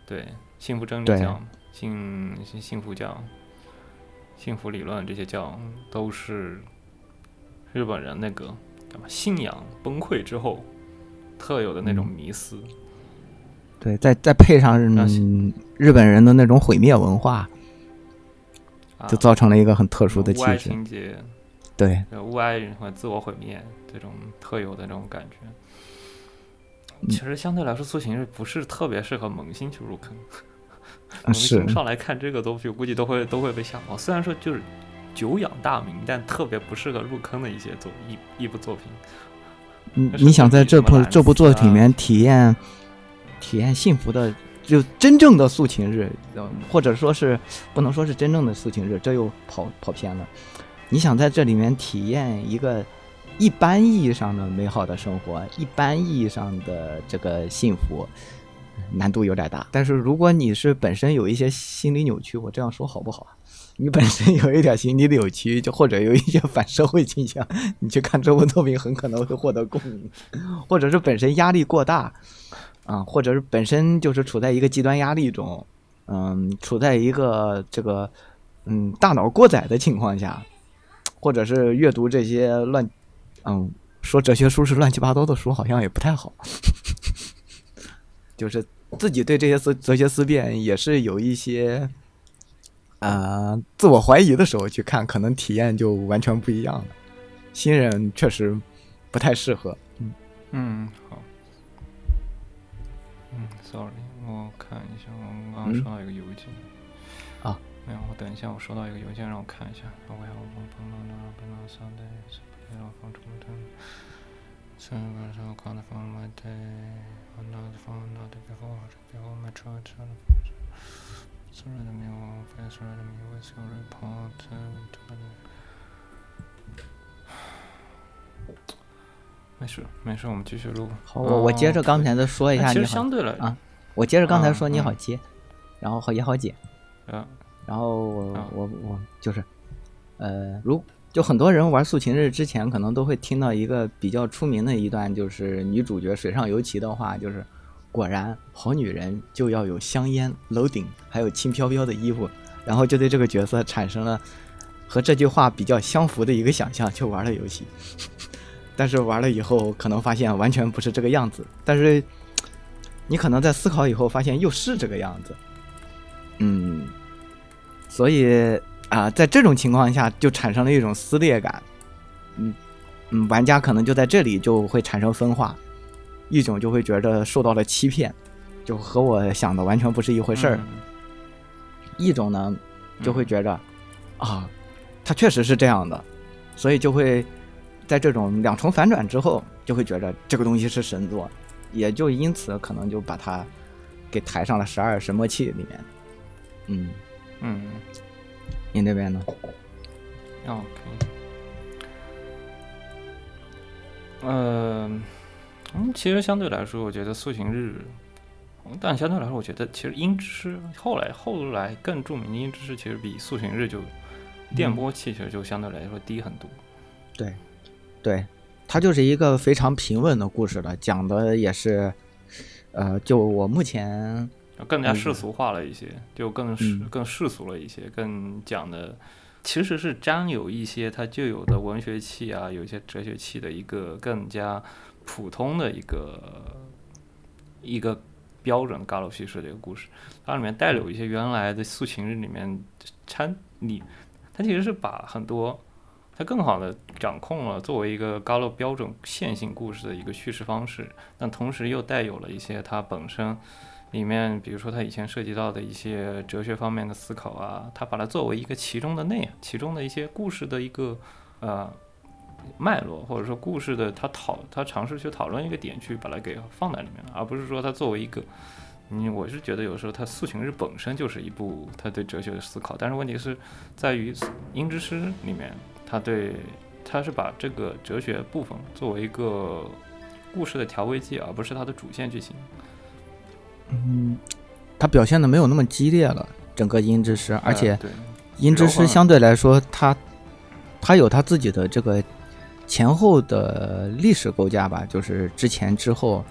Speaker 2: 对，幸福真理
Speaker 3: 对
Speaker 2: 教、幸幸幸福教、幸福理论这些教都是日本人那个什么信仰崩溃之后特有的那种
Speaker 3: 嗯
Speaker 2: 迷思。
Speaker 3: 对，再再配上
Speaker 2: 那
Speaker 3: 嗯日本人的那种毁灭文化，
Speaker 2: 啊
Speaker 3: 就造成了一个很特殊的
Speaker 2: 无
Speaker 3: 气
Speaker 2: 爱
Speaker 3: 质。
Speaker 2: 情节，
Speaker 3: 对，
Speaker 2: 呃，物哀人和自我毁灭这种特有的那种感觉。其实相对来说，苏醒是不是特别适合萌新去入坑？
Speaker 3: 嗯
Speaker 2: 萌
Speaker 3: 是
Speaker 2: 新上来看这个东西，估计都会都会被吓跑。虽然说就是久仰大名，但特别不适合入坑的一些作一一部作品。
Speaker 3: 你
Speaker 2: 那是
Speaker 3: 嗯你想
Speaker 2: 具
Speaker 3: 在
Speaker 2: 体
Speaker 3: 这
Speaker 2: 什么啊
Speaker 3: 部
Speaker 2: 蓝
Speaker 3: 这部
Speaker 2: 色
Speaker 3: 作品里
Speaker 2: 啊
Speaker 3: 面体验体验幸福的就真正的肃清日，呃或者说是不能说是真正的肃清日，这又跑跑偏了。你想在这里面体验一个一般意义上的美好的生活，一般意义上的这个幸福，难度有点大。但是如果你是本身有一些心理扭曲，我这样说好不好啊？你本身有一点心理扭曲，就或者有一些反社会倾向，你去看这部作品很可能会获得共鸣，或者是本身压力过大，啊，或者是本身就是处在一个极端压力中，嗯，处在一个这个嗯大脑过载的情况下，或者是阅读这些乱，嗯，说哲学书是乱七八糟的书，好像也不太好， <laughs> 就是自己对这些思哲学思辨也是有一些。呃，自我怀疑的时候去看，可能体验就完全不一样了。新人确实不太适合。嗯，
Speaker 2: 嗯，好。嗯，sorry，我看一下，我刚刚收到一个邮件。
Speaker 3: 啊，
Speaker 2: 没有，我等一下，我收到一个邮件，让我看一下。我要我帮忙拿，帮忙上的是不要放出的。Some <laughs> of us are gonna find my day, another found out before, before my child, sorry to me, or face right me with your report, and to the- 没事，没事，我们继续录。
Speaker 3: 好，我我接着刚
Speaker 2: 才。
Speaker 3: 才的说一
Speaker 2: 哎
Speaker 3: 下，
Speaker 2: 其
Speaker 3: 你
Speaker 2: 实
Speaker 3: 好
Speaker 2: 相，对来，
Speaker 3: 啊我接着刚才
Speaker 2: 嗯
Speaker 3: 说你好
Speaker 2: 嗯
Speaker 3: 接，然后好也好解，
Speaker 2: 呃，
Speaker 3: 然后我、
Speaker 2: 啊
Speaker 3: 我我就是，呃，如就很多人玩《素琴日》之前，可能都会听到一个比较出名的一段，就是女主角水上由岐的话，就是果然好女人就要有香烟、楼顶，还有轻飘飘的衣服，然后就对这个角色产生了和这句话比较相符的一个想象，就玩了游戏。 <laughs> 但是玩了以后，可能发现完全不是这个样子。但是你可能在思考以后，发现又是这个样子。嗯，所以啊、在这种情况下就产生了一种撕裂感。嗯嗯，玩家可能就在这里就会产生分化，一种就会觉得受到了欺骗，就和我想的完全不是一回事儿。一种呢，就会觉着、啊，他确实是这样的，所以就会在这种两重反转之后，就会觉着这个东西是神作，也就因此可能就把它给抬上了十二神魔器里面。嗯，
Speaker 2: 嗯，
Speaker 3: 你那边呢？
Speaker 2: 嗯，OK。呃，嗯，其实相对来说，我觉得塑形日，嗯但相对来说，我觉得其实音之师后来后来更著名的音之师，其实比塑形日就电波器其实就相对来说低很多。
Speaker 3: 对，对，它就是一个非常平稳的故事了，讲的也是，呃，就我目前
Speaker 2: 更加
Speaker 3: 嗯
Speaker 2: 世俗化了一些，就更世
Speaker 3: 嗯
Speaker 2: 更世俗了一些，更讲的其实是沾有一些它就有的文学气啊，有一些哲学气的一个更加普通的一个一个标准嘎鲁叙事的一个故事，它里面带有一些原来的素琴日里面掺你，它其实是把很多。它更好的掌控了作为一个嘎鲁标准线性故事的一个叙事方式，但同时又带有了一些它本身里面，比如说他以前涉及到的一些哲学方面的思考啊，他把它作为一个其中的内，其中的一些故事的一个呃脉络，或者说故事的他讨他尝试去讨论一个点去把它给放在里面了，而不是说它作为一个。嗯，我是觉得有时候它《塑形日》本身就是一部他对哲学的思考，但是问题是在于《音之诗》里面，他对他是把这个哲学部分作为一个故事的调味剂，而不是它的主线剧情。
Speaker 3: 嗯，它表现的没有那么激烈了，整个音之师，而
Speaker 2: 呃
Speaker 3: 且
Speaker 2: 对，
Speaker 3: 音之
Speaker 2: 柔和
Speaker 3: 师相对来说，它它有它自己的这个前后的历史构架吧，就是之前之后，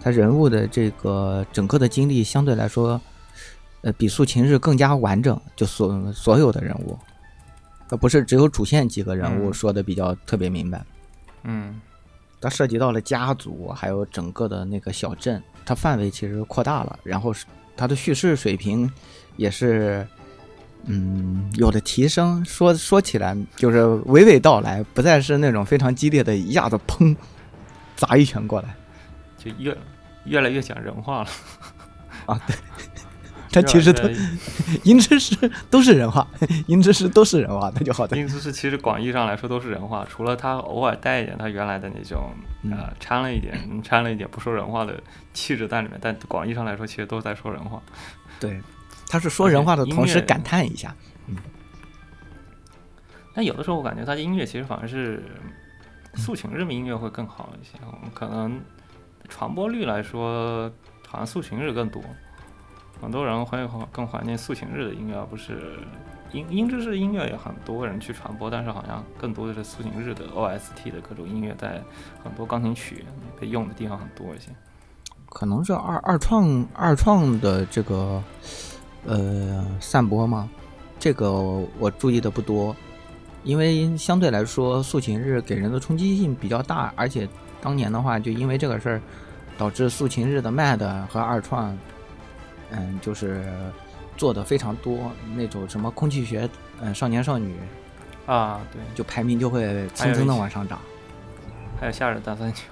Speaker 3: 它人物的这个整个的经历相对来说，呃，比素琴日更加完整，就所所有的人物，呃，不是只有主线几个人物
Speaker 2: 嗯
Speaker 3: 说的比较特别明白。
Speaker 2: 嗯
Speaker 3: 它涉及到了家族，还有整个的那个小镇，它范围其实扩大了，然后是它的叙事水平也是，嗯，有了提升。说说起来，就是娓娓道来，不再是那种非常激烈的，一下子砰砸一拳过来。
Speaker 2: 就越越来越讲人话了。
Speaker 3: 啊，
Speaker 2: 对。
Speaker 3: 它其实
Speaker 2: 对
Speaker 3: 都
Speaker 2: 吧
Speaker 3: <laughs> 银之石都是人话， <laughs> 银之石都是人话，那就好
Speaker 2: 这
Speaker 3: 的。
Speaker 2: 硬知识其实广义上来说都是人话，除了他偶尔带一点他原来的那种
Speaker 3: 嗯
Speaker 2: 呃掺了一点掺了一点不说人话的气质在里面，但广义上来说其实都是在说人话。
Speaker 3: 对，他是说人话
Speaker 2: 嗯
Speaker 3: 的
Speaker 2: 而且
Speaker 3: 同时
Speaker 2: 音乐
Speaker 3: 感叹一下。
Speaker 2: 但有的时候我感觉他的音乐其实反而是抒情日的音乐会更好一些，我们可能传播率来说，好像抒情日更多，很多人会更怀念抒情日的音乐，而不是音音质式音乐也很多人去传播，但是好像更多的是抒情日的 OST 的各种音乐在很多钢琴曲被用的地方很多一些。
Speaker 3: 可能是二二创二创的这个呃散播吗？这个我注意的不多，因为相对来说素琴日给人的冲击性比较大，而且当年的话就因为这个事儿，导致素琴日的 MAD 和二创，嗯，就是做的非常多，那种什么空气学，嗯，少年少女
Speaker 2: 啊，对，
Speaker 3: 就排名就会蹭蹭的往上涨。
Speaker 2: 还有夏日大三角，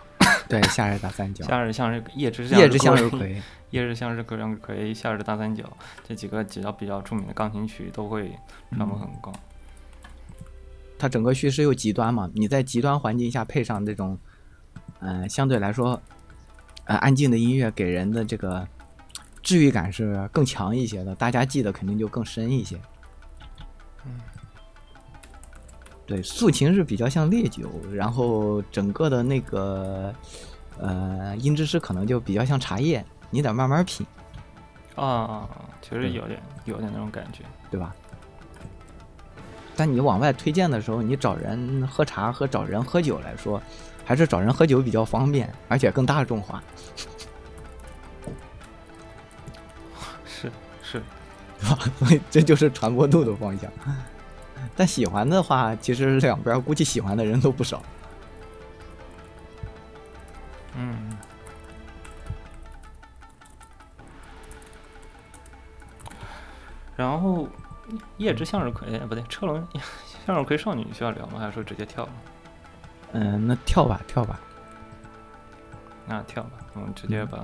Speaker 3: 对，夏日大三角，
Speaker 2: 夏日向日夜之向
Speaker 3: 夜之向
Speaker 2: 日
Speaker 3: 日
Speaker 2: 葵。
Speaker 3: 葵，
Speaker 2: 夜日向日葵、向日葵、夏日大三角这几个比较比较著名的钢琴曲都会传播很高。
Speaker 3: 它整个叙事又极端嘛，你在极端环境下配上这种，嗯、相对来说，呃，安静的音乐给人的这个治愈感是更强一些的，大家记得肯定就更深一些。
Speaker 2: 嗯，
Speaker 3: 对，素琴是比较像烈酒，然后整个的那个，呃，音之诗可能就比较像茶叶，你得慢慢品，
Speaker 2: 啊，其实
Speaker 3: 对
Speaker 2: 有点有点那种感觉。
Speaker 3: 对吧？但你往外推荐的时候，你找人喝茶和找人喝酒来说，还是找人喝酒比较方便，而且更大众化。
Speaker 2: <laughs> 是是，
Speaker 3: 所以这就是传播度的方向。但喜欢的话，其实两边儿估计喜欢的人都不少。
Speaker 2: 嗯。然后，夜之向日葵哎不对，车轮 <laughs> 向日葵少女需要聊吗？还是说直接跳吧？
Speaker 3: 嗯，那跳吧跳吧，
Speaker 2: 那跳吧，我们直接把，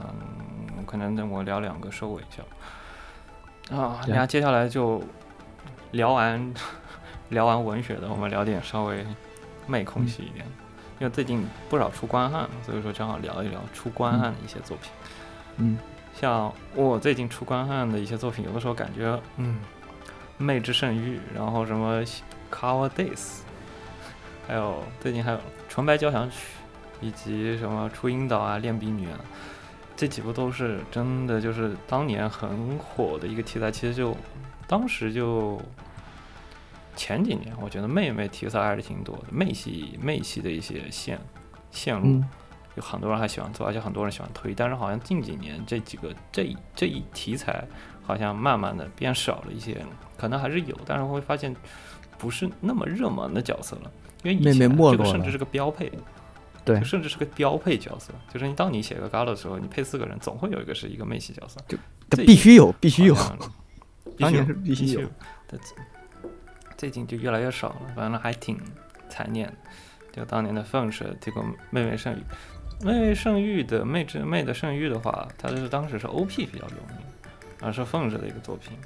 Speaker 2: 嗯可能等我聊两个收尾一下吧。啊，
Speaker 3: 对
Speaker 2: 那接下来就聊完 <laughs> 聊完文学的，我们聊点稍微妹空系一点，因为最近不少出关汉，所以说正好聊一聊出关汉的一些作品。
Speaker 3: 嗯，
Speaker 2: 像我最近出关汉的一些作品，有的时候感觉，嗯，妹之圣域，然后什么 Cover Days，还有最近还有纯白交响曲，以及什么初音岛啊、恋笔女啊，这几部都是真的就是当年很火的一个题材。其实就当时就前几年，我觉得妹妹题材还是挺多的，妹系妹系的一些线线路。
Speaker 3: 嗯
Speaker 2: 有很多人还喜欢做，而且很多人喜欢推，但是好像近几年这几个这一这一题材好像慢慢的变少了一些，可能还是有，但是会发现不是那么热门的角色了，因为以
Speaker 3: 妹妹
Speaker 2: 前啊
Speaker 3: 没
Speaker 2: 这个
Speaker 3: 落
Speaker 2: 甚
Speaker 3: 了
Speaker 2: 至是个标配，
Speaker 3: 对
Speaker 2: 就，甚至是个标配角色，就是你当你写个 GAL 的时候，你配四个人，总会有一个是一个妹系角色，
Speaker 3: 这必须有必须有
Speaker 2: 好。像
Speaker 3: <laughs> 当年
Speaker 2: 有
Speaker 3: 是必须有，
Speaker 2: 但最近就越来越少了，反正还挺残念的。就当年的凤是这个妹妹圣域，妹妹圣域的妹之妹的圣域的话，它就是当时是 OP 比较有名，然后是凤氏的一个作品，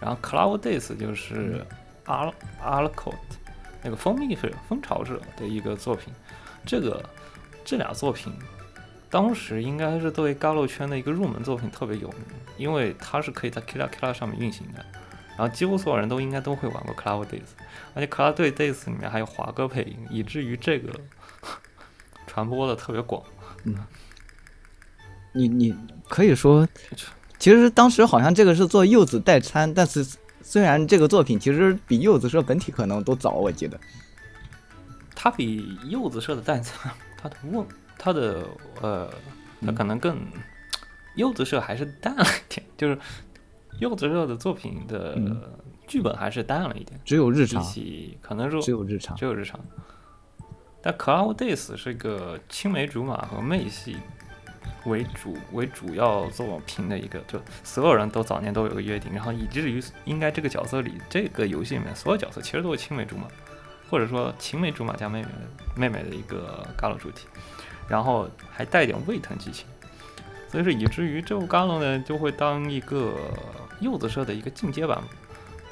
Speaker 2: 然后 Cloud Days 就是阿阿拉 c o t 那个蜂蜜是蜂巢者的一个作品，这个这俩作品当时应该是作为 Galo 圈的一个入门作品特别有名，因为它是可以在 Kira Kira 上面运行的，然后几乎所有人都应该都会玩过 Cloud Days，而且 Cloud Days 里面还有华哥配音，以至于这个 <laughs> 传播的特别广。
Speaker 3: 你你可以说，其实当时好像这个是做柚子代餐，但是虽然这个作品其实比柚子社本体可能都早，我记得。
Speaker 2: 它比柚子社的蛋挞，它的问它的呃，它
Speaker 3: 嗯
Speaker 2: 可能更、柚子社还是淡了一点， <laughs> 就是柚子社的作品的、
Speaker 3: 嗯
Speaker 2: 剧本还是淡了一点，
Speaker 3: 只有日
Speaker 2: 比
Speaker 3: 常，
Speaker 2: 起可能说
Speaker 3: 只有日常。
Speaker 2: 只有日常。但 Cloud Days 是个青梅竹马和妹系为主为主要作品的一个，就所有人都早年都有个约定，然后以至于应该这个角色里这个游戏里面所有角色其实都是青梅竹马，或者说青梅竹马加妹妹的妹妹的一个 Galo 主题，然后还带点胃疼剧情，所以说以至于这部 Galo 呢就会当一个柚子社的一个进阶版，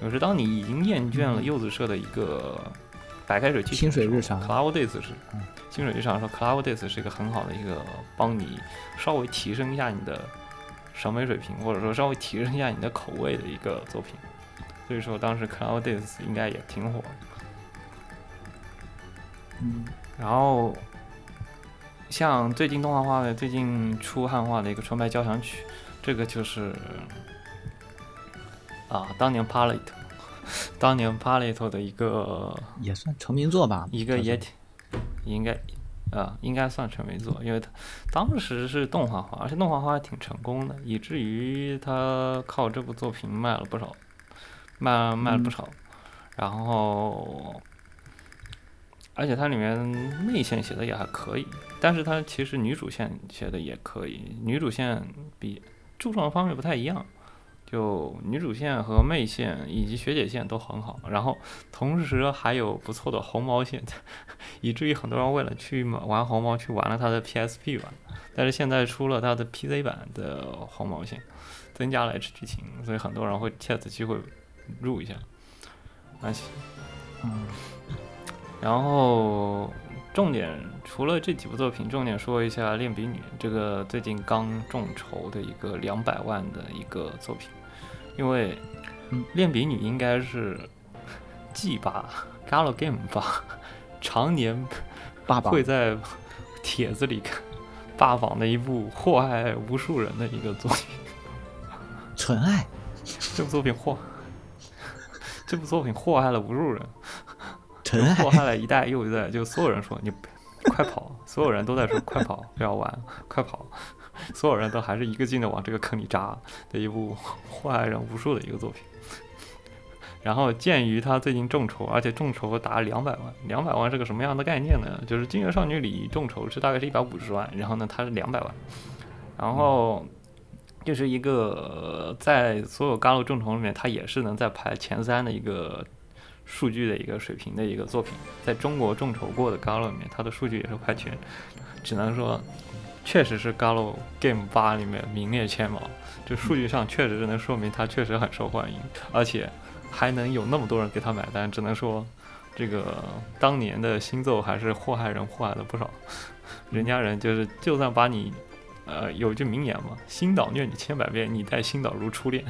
Speaker 2: 就是当你已经厌倦了柚子社的一个白开水汽
Speaker 3: 清水日常
Speaker 2: c l o u d Days 是
Speaker 3: 嗯
Speaker 2: 清水日常的时候 c l o u d Days 是一个很好的一个帮你稍微提升一下你的审美水平，或者说稍微提升一下你的口味的一个作品。所以说，当时 c l o u d Days 应该也挺火的。
Speaker 3: 嗯
Speaker 2: 然后，像最近动画化的、最近出汉化的一个《纯白交响曲》，这个就是啊，当年 Palette，当年 Palette 的一个
Speaker 3: 也算成名作吧，
Speaker 2: 一个
Speaker 3: 这
Speaker 2: 也
Speaker 3: 种
Speaker 2: 挺应该啊、应该算成名作，因为它当时是动画化，而且动画化还挺成功的，以至于他靠这部作品卖了不少，卖卖了不
Speaker 3: 嗯
Speaker 2: 少，然后。而且它里面内线写的也还可以，但是它其实女主线写的也可以，女主线比注重的方面不太一样，就女主线和妹线以及学姐线都很好，然后同时还有不错的红毛线， <laughs> 以至于很多人为了去买玩红毛去玩了它的 PSP 版，但是现在出了它的 PC 版的红毛线，增加了 H 剧情，所以很多人会借此机会入一下。而且
Speaker 3: 嗯
Speaker 2: 然后重点除了这几部作品，重点说一下《恋笔女》这个最近刚众筹的一个两百万的一个作品，因为
Speaker 3: 嗯
Speaker 2: 《恋笔女》应该是 <laughs> G 吧 g a l Game 吧， <laughs> 常年
Speaker 3: 爸爸
Speaker 2: 会在帖子里看霸榜的一部祸害无数人的一个作品。 <laughs>
Speaker 3: 纯爱，
Speaker 2: 这部作品祸，这部作品祸害了无数人。
Speaker 3: 纯
Speaker 2: 祸
Speaker 3: 爱，
Speaker 2: 害了一代又一代，就所有人说你快跑，所有人都在说快跑，不要玩，快跑，所有人都还是一个劲的往这个坑里扎的一部祸害人无数的一个作品。然后鉴于他最近众筹，而且众筹达两百万，两百万是个什么样的概念呢？就是《金月少女》里众筹是大概是一百五十万，然后呢，它是两百万，然后就是一个呃在所有嘎鲁众筹里面，它也是能在排前三的一个数据的一个水平的一个作品，在中国众筹过的 Galo 里面，它的数据也是排全，只能说确实是 Galo Game 八里面名列前茅，就数据上确实是能说明它确实很受欢迎，而且还能有那么多人给它买单，只能说这个当年的星奏还是祸害人祸害了不少，人家人就是就算把你。呃，有句名言嘛，“星岛虐你千百遍，你待星岛如初恋”。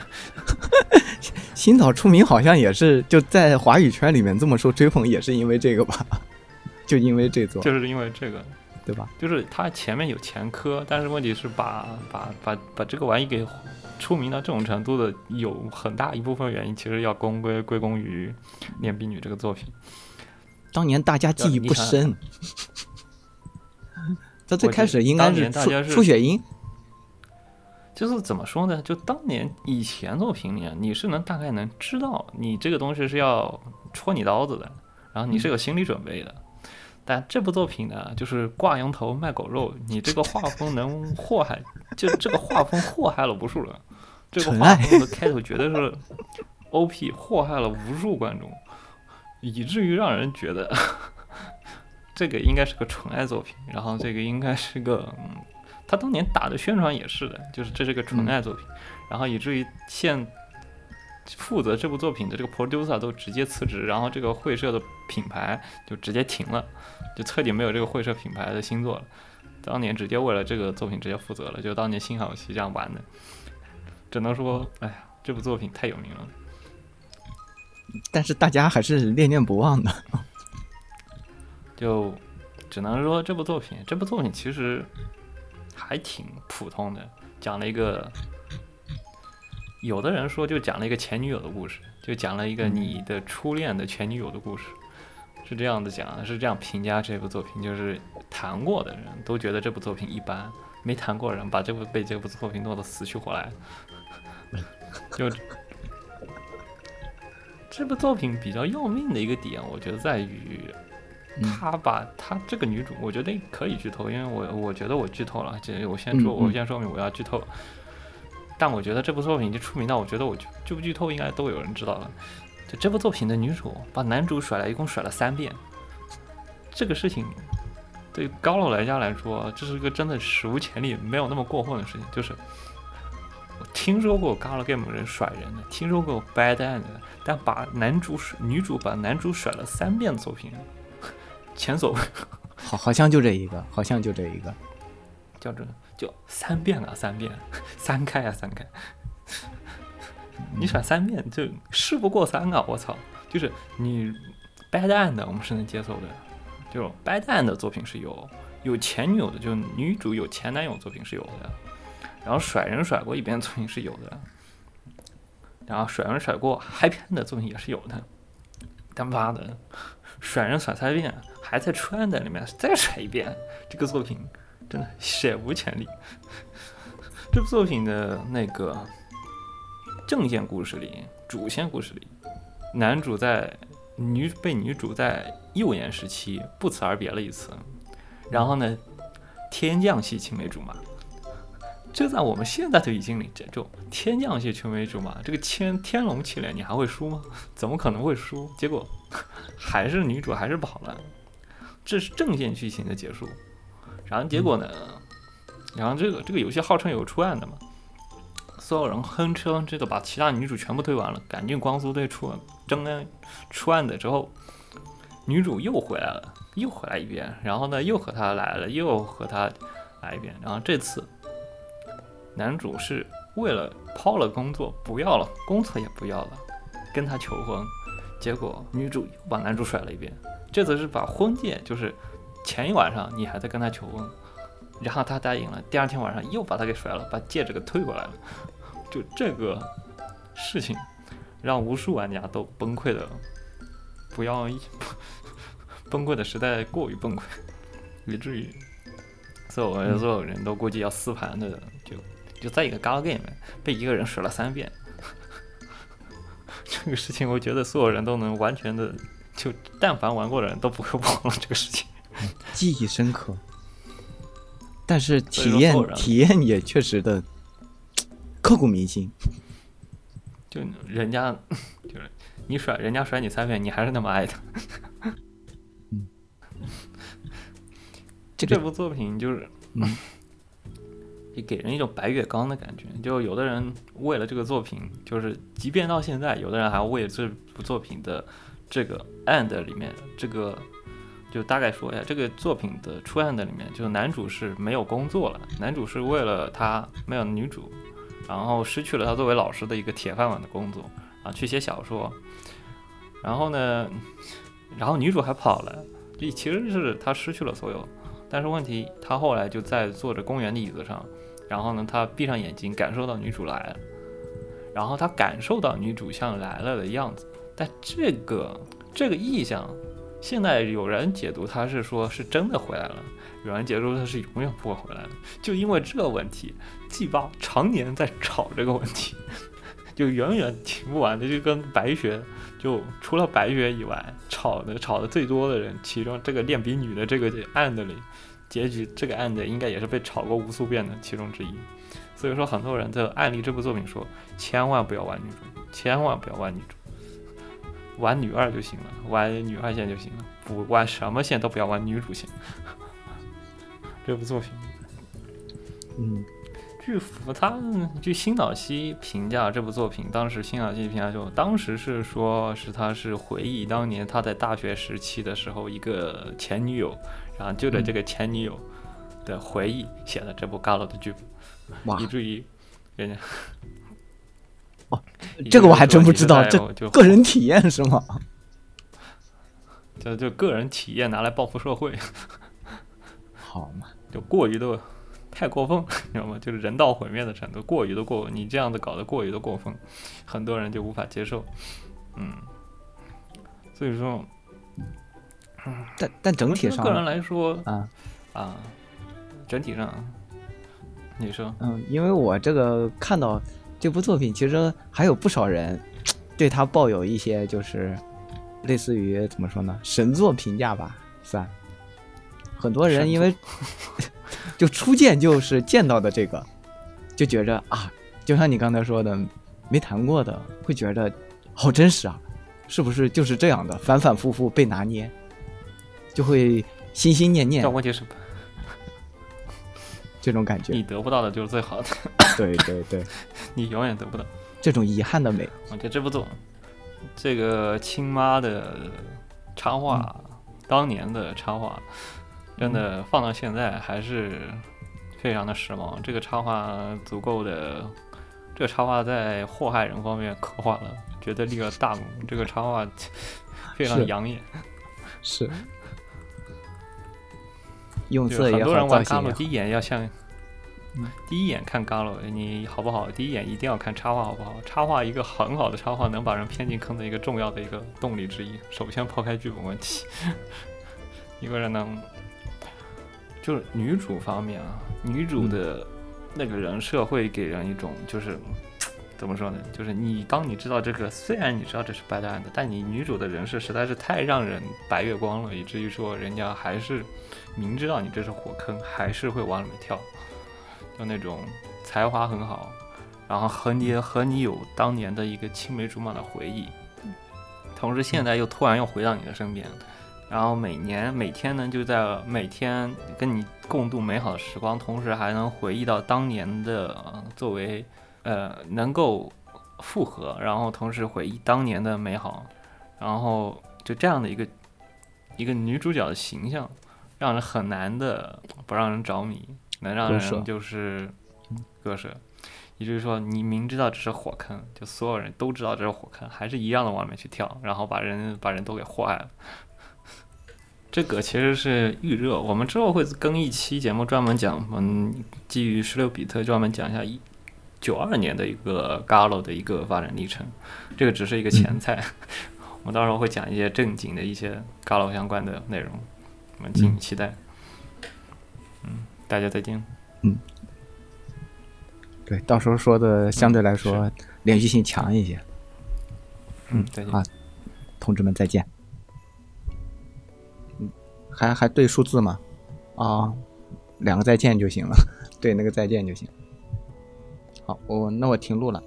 Speaker 3: 新岛出名好像也是就在华语圈里面这么受追捧，也是因为这个吧， <laughs> 就因为这座，
Speaker 2: 就是因为这个，
Speaker 3: 对吧？
Speaker 2: 就是他前面有前科，但是问题是把把把把这个玩意给出名到这种程度的，有很大一部分原因其实要公归归功于《恋笔女》这个作品。
Speaker 3: 当年大家记忆不深， <laughs> 他最开始应该
Speaker 2: 我觉
Speaker 3: 是
Speaker 2: 得当
Speaker 3: 初
Speaker 2: 年大家是
Speaker 3: 初雪樱，
Speaker 2: 就是怎么说呢？就当年以前作品里，啊，你是能大概能知道你这个东西是要戳你刀子的，然后你是
Speaker 3: 嗯
Speaker 2: 有心理准备的。但这部作品呢，就是挂羊头卖狗肉，你这个画风能祸害，就这个画风祸害了无数人。这个
Speaker 3: 纯
Speaker 2: 画
Speaker 3: 爱
Speaker 2: 风的开头绝对是 OP，祸害了无数观众，以至于让人觉得这个应该是个纯爱作品，然后这个应该是个，嗯，他当年打的宣传也是的，就是这是个
Speaker 3: 嗯
Speaker 2: 纯爱作品，然后以至于现负责这部作品的这个 producer 都直接辞职，然后这个会社的品牌就直接停了，就彻底没有这个会社品牌的新作了。当年直接为了这个作品直接负责了，就当年新海有希这样玩的，只能说，哎呀，这部作品太有名了。
Speaker 3: 但是大家还是念念不忘的。
Speaker 2: 就只能说这部作品，这部作品其实还挺普通的，讲了一个，有的人说就讲了一个前女友的故事，就讲了一个你的初恋的前女友的故事，是这样的讲，是这样评价这部作品，就是谈过的人都觉得这部作品一般，没谈过的人把这部被这部作品弄得死去活来，就。这部作品比较要命的一个点，我觉得在于
Speaker 3: 嗯
Speaker 2: 他把他这个女主，我觉得可以剧透，因为我我觉得我剧透了，这我先说，
Speaker 3: 嗯嗯
Speaker 2: 我先说明我要剧透。但我觉得这部作品已经出名到，我觉得我剧剧不剧透应该都有人知道了。就这部作品的女主把男主甩了，一共甩了三遍，这个事情对高楼来家来说，这是个真的史无前例、没有那么过分的事情，就是听说过 Gala Game 人甩人的，听说过 Bad End 的，但把男主甩女主把男主甩了三遍作品，前所未
Speaker 3: 好，好像就这一个，好像就这一个。
Speaker 2: 叫这就三遍啊，三遍， <laughs> 三开啊，三开。 <laughs> 你甩三遍就事不过三啊！我操，就是你 bad end 的我们是能接受的，就 bad end 的作品是有有前女友的，就女主有前男友作品是有的，然后甩人甩过一遍作品是有的，然后甩人甩过 happy end 的作品也是有的，但妈的甩人甩三遍还在穿在里面再甩一遍，这个作品真的史无前例。这部作品的那个正线故事里，主线故事里，男主在女被女主在幼年时期不辞而别了一次，然后呢，天降系青梅竹马，这在我们现在就已经领这种天降系青梅竹马，这个天天龙气脸你还会输吗？ <laughs> 怎么可能会输？结果 <laughs> 还是女主还是跑了，这是正线剧情的结束，然后结果呢，然后这个这个游戏号称有出案的嘛。所有人哼哧哼哧的把其他女主全部推完了，赶进光速队出争恩出案的之后，女主又回来了，又回来一遍，然后呢又和他来了，又和他来一遍，然后这次男主是为了抛了工作不要了，工作也不要了，跟她求婚，结果女主又把男主甩了一遍，这次是把婚戒，就是前一晚上你还在跟他求婚。然后他答应了，第二天晚上又把他给甩了，把戒指给退过来了。就这个事情，让无数玩家都崩溃的，不要一 <laughs> 崩溃的实在过于崩溃，以至于所有所有人都估计要撕盘的，就就在一个 gal game 里面被一个人甩了三遍， <laughs> 这个事情我觉得所有人都能完全的，就但凡玩过的人都不会忘了这个事情。
Speaker 3: 记忆深刻，但是
Speaker 2: 所以
Speaker 3: 体
Speaker 2: 说
Speaker 3: 验
Speaker 2: 后人
Speaker 3: 体验也确实的刻骨铭心。
Speaker 2: 就人家 <laughs> 就是你甩人家甩你三遍，你还是那么爱他。
Speaker 3: 这
Speaker 2: 这
Speaker 3: 个
Speaker 2: 部作品就是，
Speaker 3: 嗯
Speaker 2: <laughs> 也给人一种白月光的感觉。就有的人为了这个作品，就是即便到现在，有的人还为这部作品的这个 end 里面这个。就大概说一下这个作品的出 end 里面，就是男主是没有工作了，男主是为了他没有女主，然后失去了他作为老师的一个铁饭碗的工作啊，去写小说，然后呢，然后女主还跑了，这其实是他失去了所有，但是问题，他后来就在坐着公园的椅子上，然后呢，他闭上眼睛，感受到女主来了，然后他感受到女主像来了的样子，但这个这个意象，现在有人解读他是说是真的回来了，有人解读他是永远不会回来了，就因为这个问题，季巴常年在吵这个问题，就远远停不完的，就跟白学。就除了白雪以外，吵的吵的最多的人，其中这个恋笔女的这个案子里，结局这个案子应该也是被炒过无数遍的其中之一。所以说，很多人在案例这部作品说，千万不要玩女主，千万不要玩女主，玩女二就行了，玩女二线就行了，不玩什么线都不要玩女主线。 <laughs> 这部作品，
Speaker 3: 嗯，
Speaker 2: 据福他据新岛希评价这部作品，当时新岛希评价就当时是说是他是回忆当年他在大学时期的时候一个前女友，然后就着这个前女友的回忆写了这部《g a l 的剧本，
Speaker 3: 哇
Speaker 2: 以，至于人家
Speaker 3: 哦，
Speaker 2: 以
Speaker 3: 这个我还
Speaker 2: 至于
Speaker 3: 真不
Speaker 2: 说
Speaker 3: 知道
Speaker 2: 现在
Speaker 3: 这
Speaker 2: 我就
Speaker 3: 个人体验是吗？ <laughs>
Speaker 2: 就就个人体验拿来报复社会，
Speaker 3: 好嘛，
Speaker 2: 就过于的太过分， <laughs> 你知道吗？就是人道毁灭的程度，过于的过，你这样子搞得过于的过分，很多人就无法接受。嗯，所以说
Speaker 3: 但但整体
Speaker 2: 对个人
Speaker 3: 上
Speaker 2: 来说
Speaker 3: 啊，
Speaker 2: 啊，整体上，你说
Speaker 3: 嗯，因为我这个看到这部作品，其实还有不少人对他抱有一些就是类似于怎么说呢，神作评价吧，算。很多
Speaker 2: 神
Speaker 3: 人
Speaker 2: 作
Speaker 3: 因为 <laughs> 就初见就是见到的这个，就觉着啊，就像你刚才说的，没谈过的会觉着好真实啊，是不是就是这样的？反反复复被拿捏，就会心心念念
Speaker 2: 但问题是，
Speaker 3: 这种感 <laughs> 觉
Speaker 2: 你。得不到的就是最好的， <laughs>
Speaker 3: 对对对，
Speaker 2: 你永远得不到。
Speaker 3: 这种遗憾的美，
Speaker 2: 我觉得这部作，这个亲妈的插画，当年的插画，真的放到现在还是非常的时髦。这个插画足够的，这个插画在祸害人方面刻画了，觉得立了大功。这个插画 <laughs> 非常
Speaker 3: 是
Speaker 2: 养眼，
Speaker 3: 是 <laughs> 用
Speaker 2: 就
Speaker 3: 色
Speaker 2: 很
Speaker 3: 也
Speaker 2: 多人
Speaker 3: 好，
Speaker 2: 玩
Speaker 3: 造
Speaker 2: 伽
Speaker 3: 型
Speaker 2: 罗
Speaker 3: 也好
Speaker 2: 第，一眼要像
Speaker 3: 嗯。
Speaker 2: 第一眼看伽罗，你好不好？第一眼一定要看插画，好不好？插画一个很好的插画，能把人骗进坑的一个重要的一个动力之一。首先抛开剧本问题， <laughs> 一个人能，就是女主方面啊，女主的那个人设会给人一种就是怎么说呢？就是你当你知道这个，虽然你知道这是白搭案的，但你女主的人设实在是太让人白月光了，以至于说人家还是明知道你这是火坑，还是会往里面跳。就那种才华很好，然后和你和你有当年的一个青梅竹马的回忆，同时现在又突然又回到你的身边，然后每年每天呢就在每天跟你共度美好的时光，同时还能回忆到当年的呃作为呃能够复合，然后同时回忆当年的美好，然后就这样的一个一个女主角的形象，让人很难的不让人着迷，能让
Speaker 3: 割舍
Speaker 2: 人就是割舍。也就是说，你明知道这是火坑，就所有人都知道这是火坑，还是一样的往里面去跳，然后把人把人都给祸害了。这个其实是预热，我们之后会更一期节目专门讲，嗯，基于十六比特专门讲一下一九二年的一个 Galo 的一个发展历程，这个只是一个前菜，我们到时候会讲一些正经的一些 Galo 相关的内容，我们敬请期待。嗯，大家再见。
Speaker 3: 对，到时候说的相对来说、连续性强一些。
Speaker 2: 嗯，再见。
Speaker 3: 好同志们再见。嗯，还还对数字吗？啊、 <laughs> 两个再见就行了，对那个再见就行。好，我那我停录了。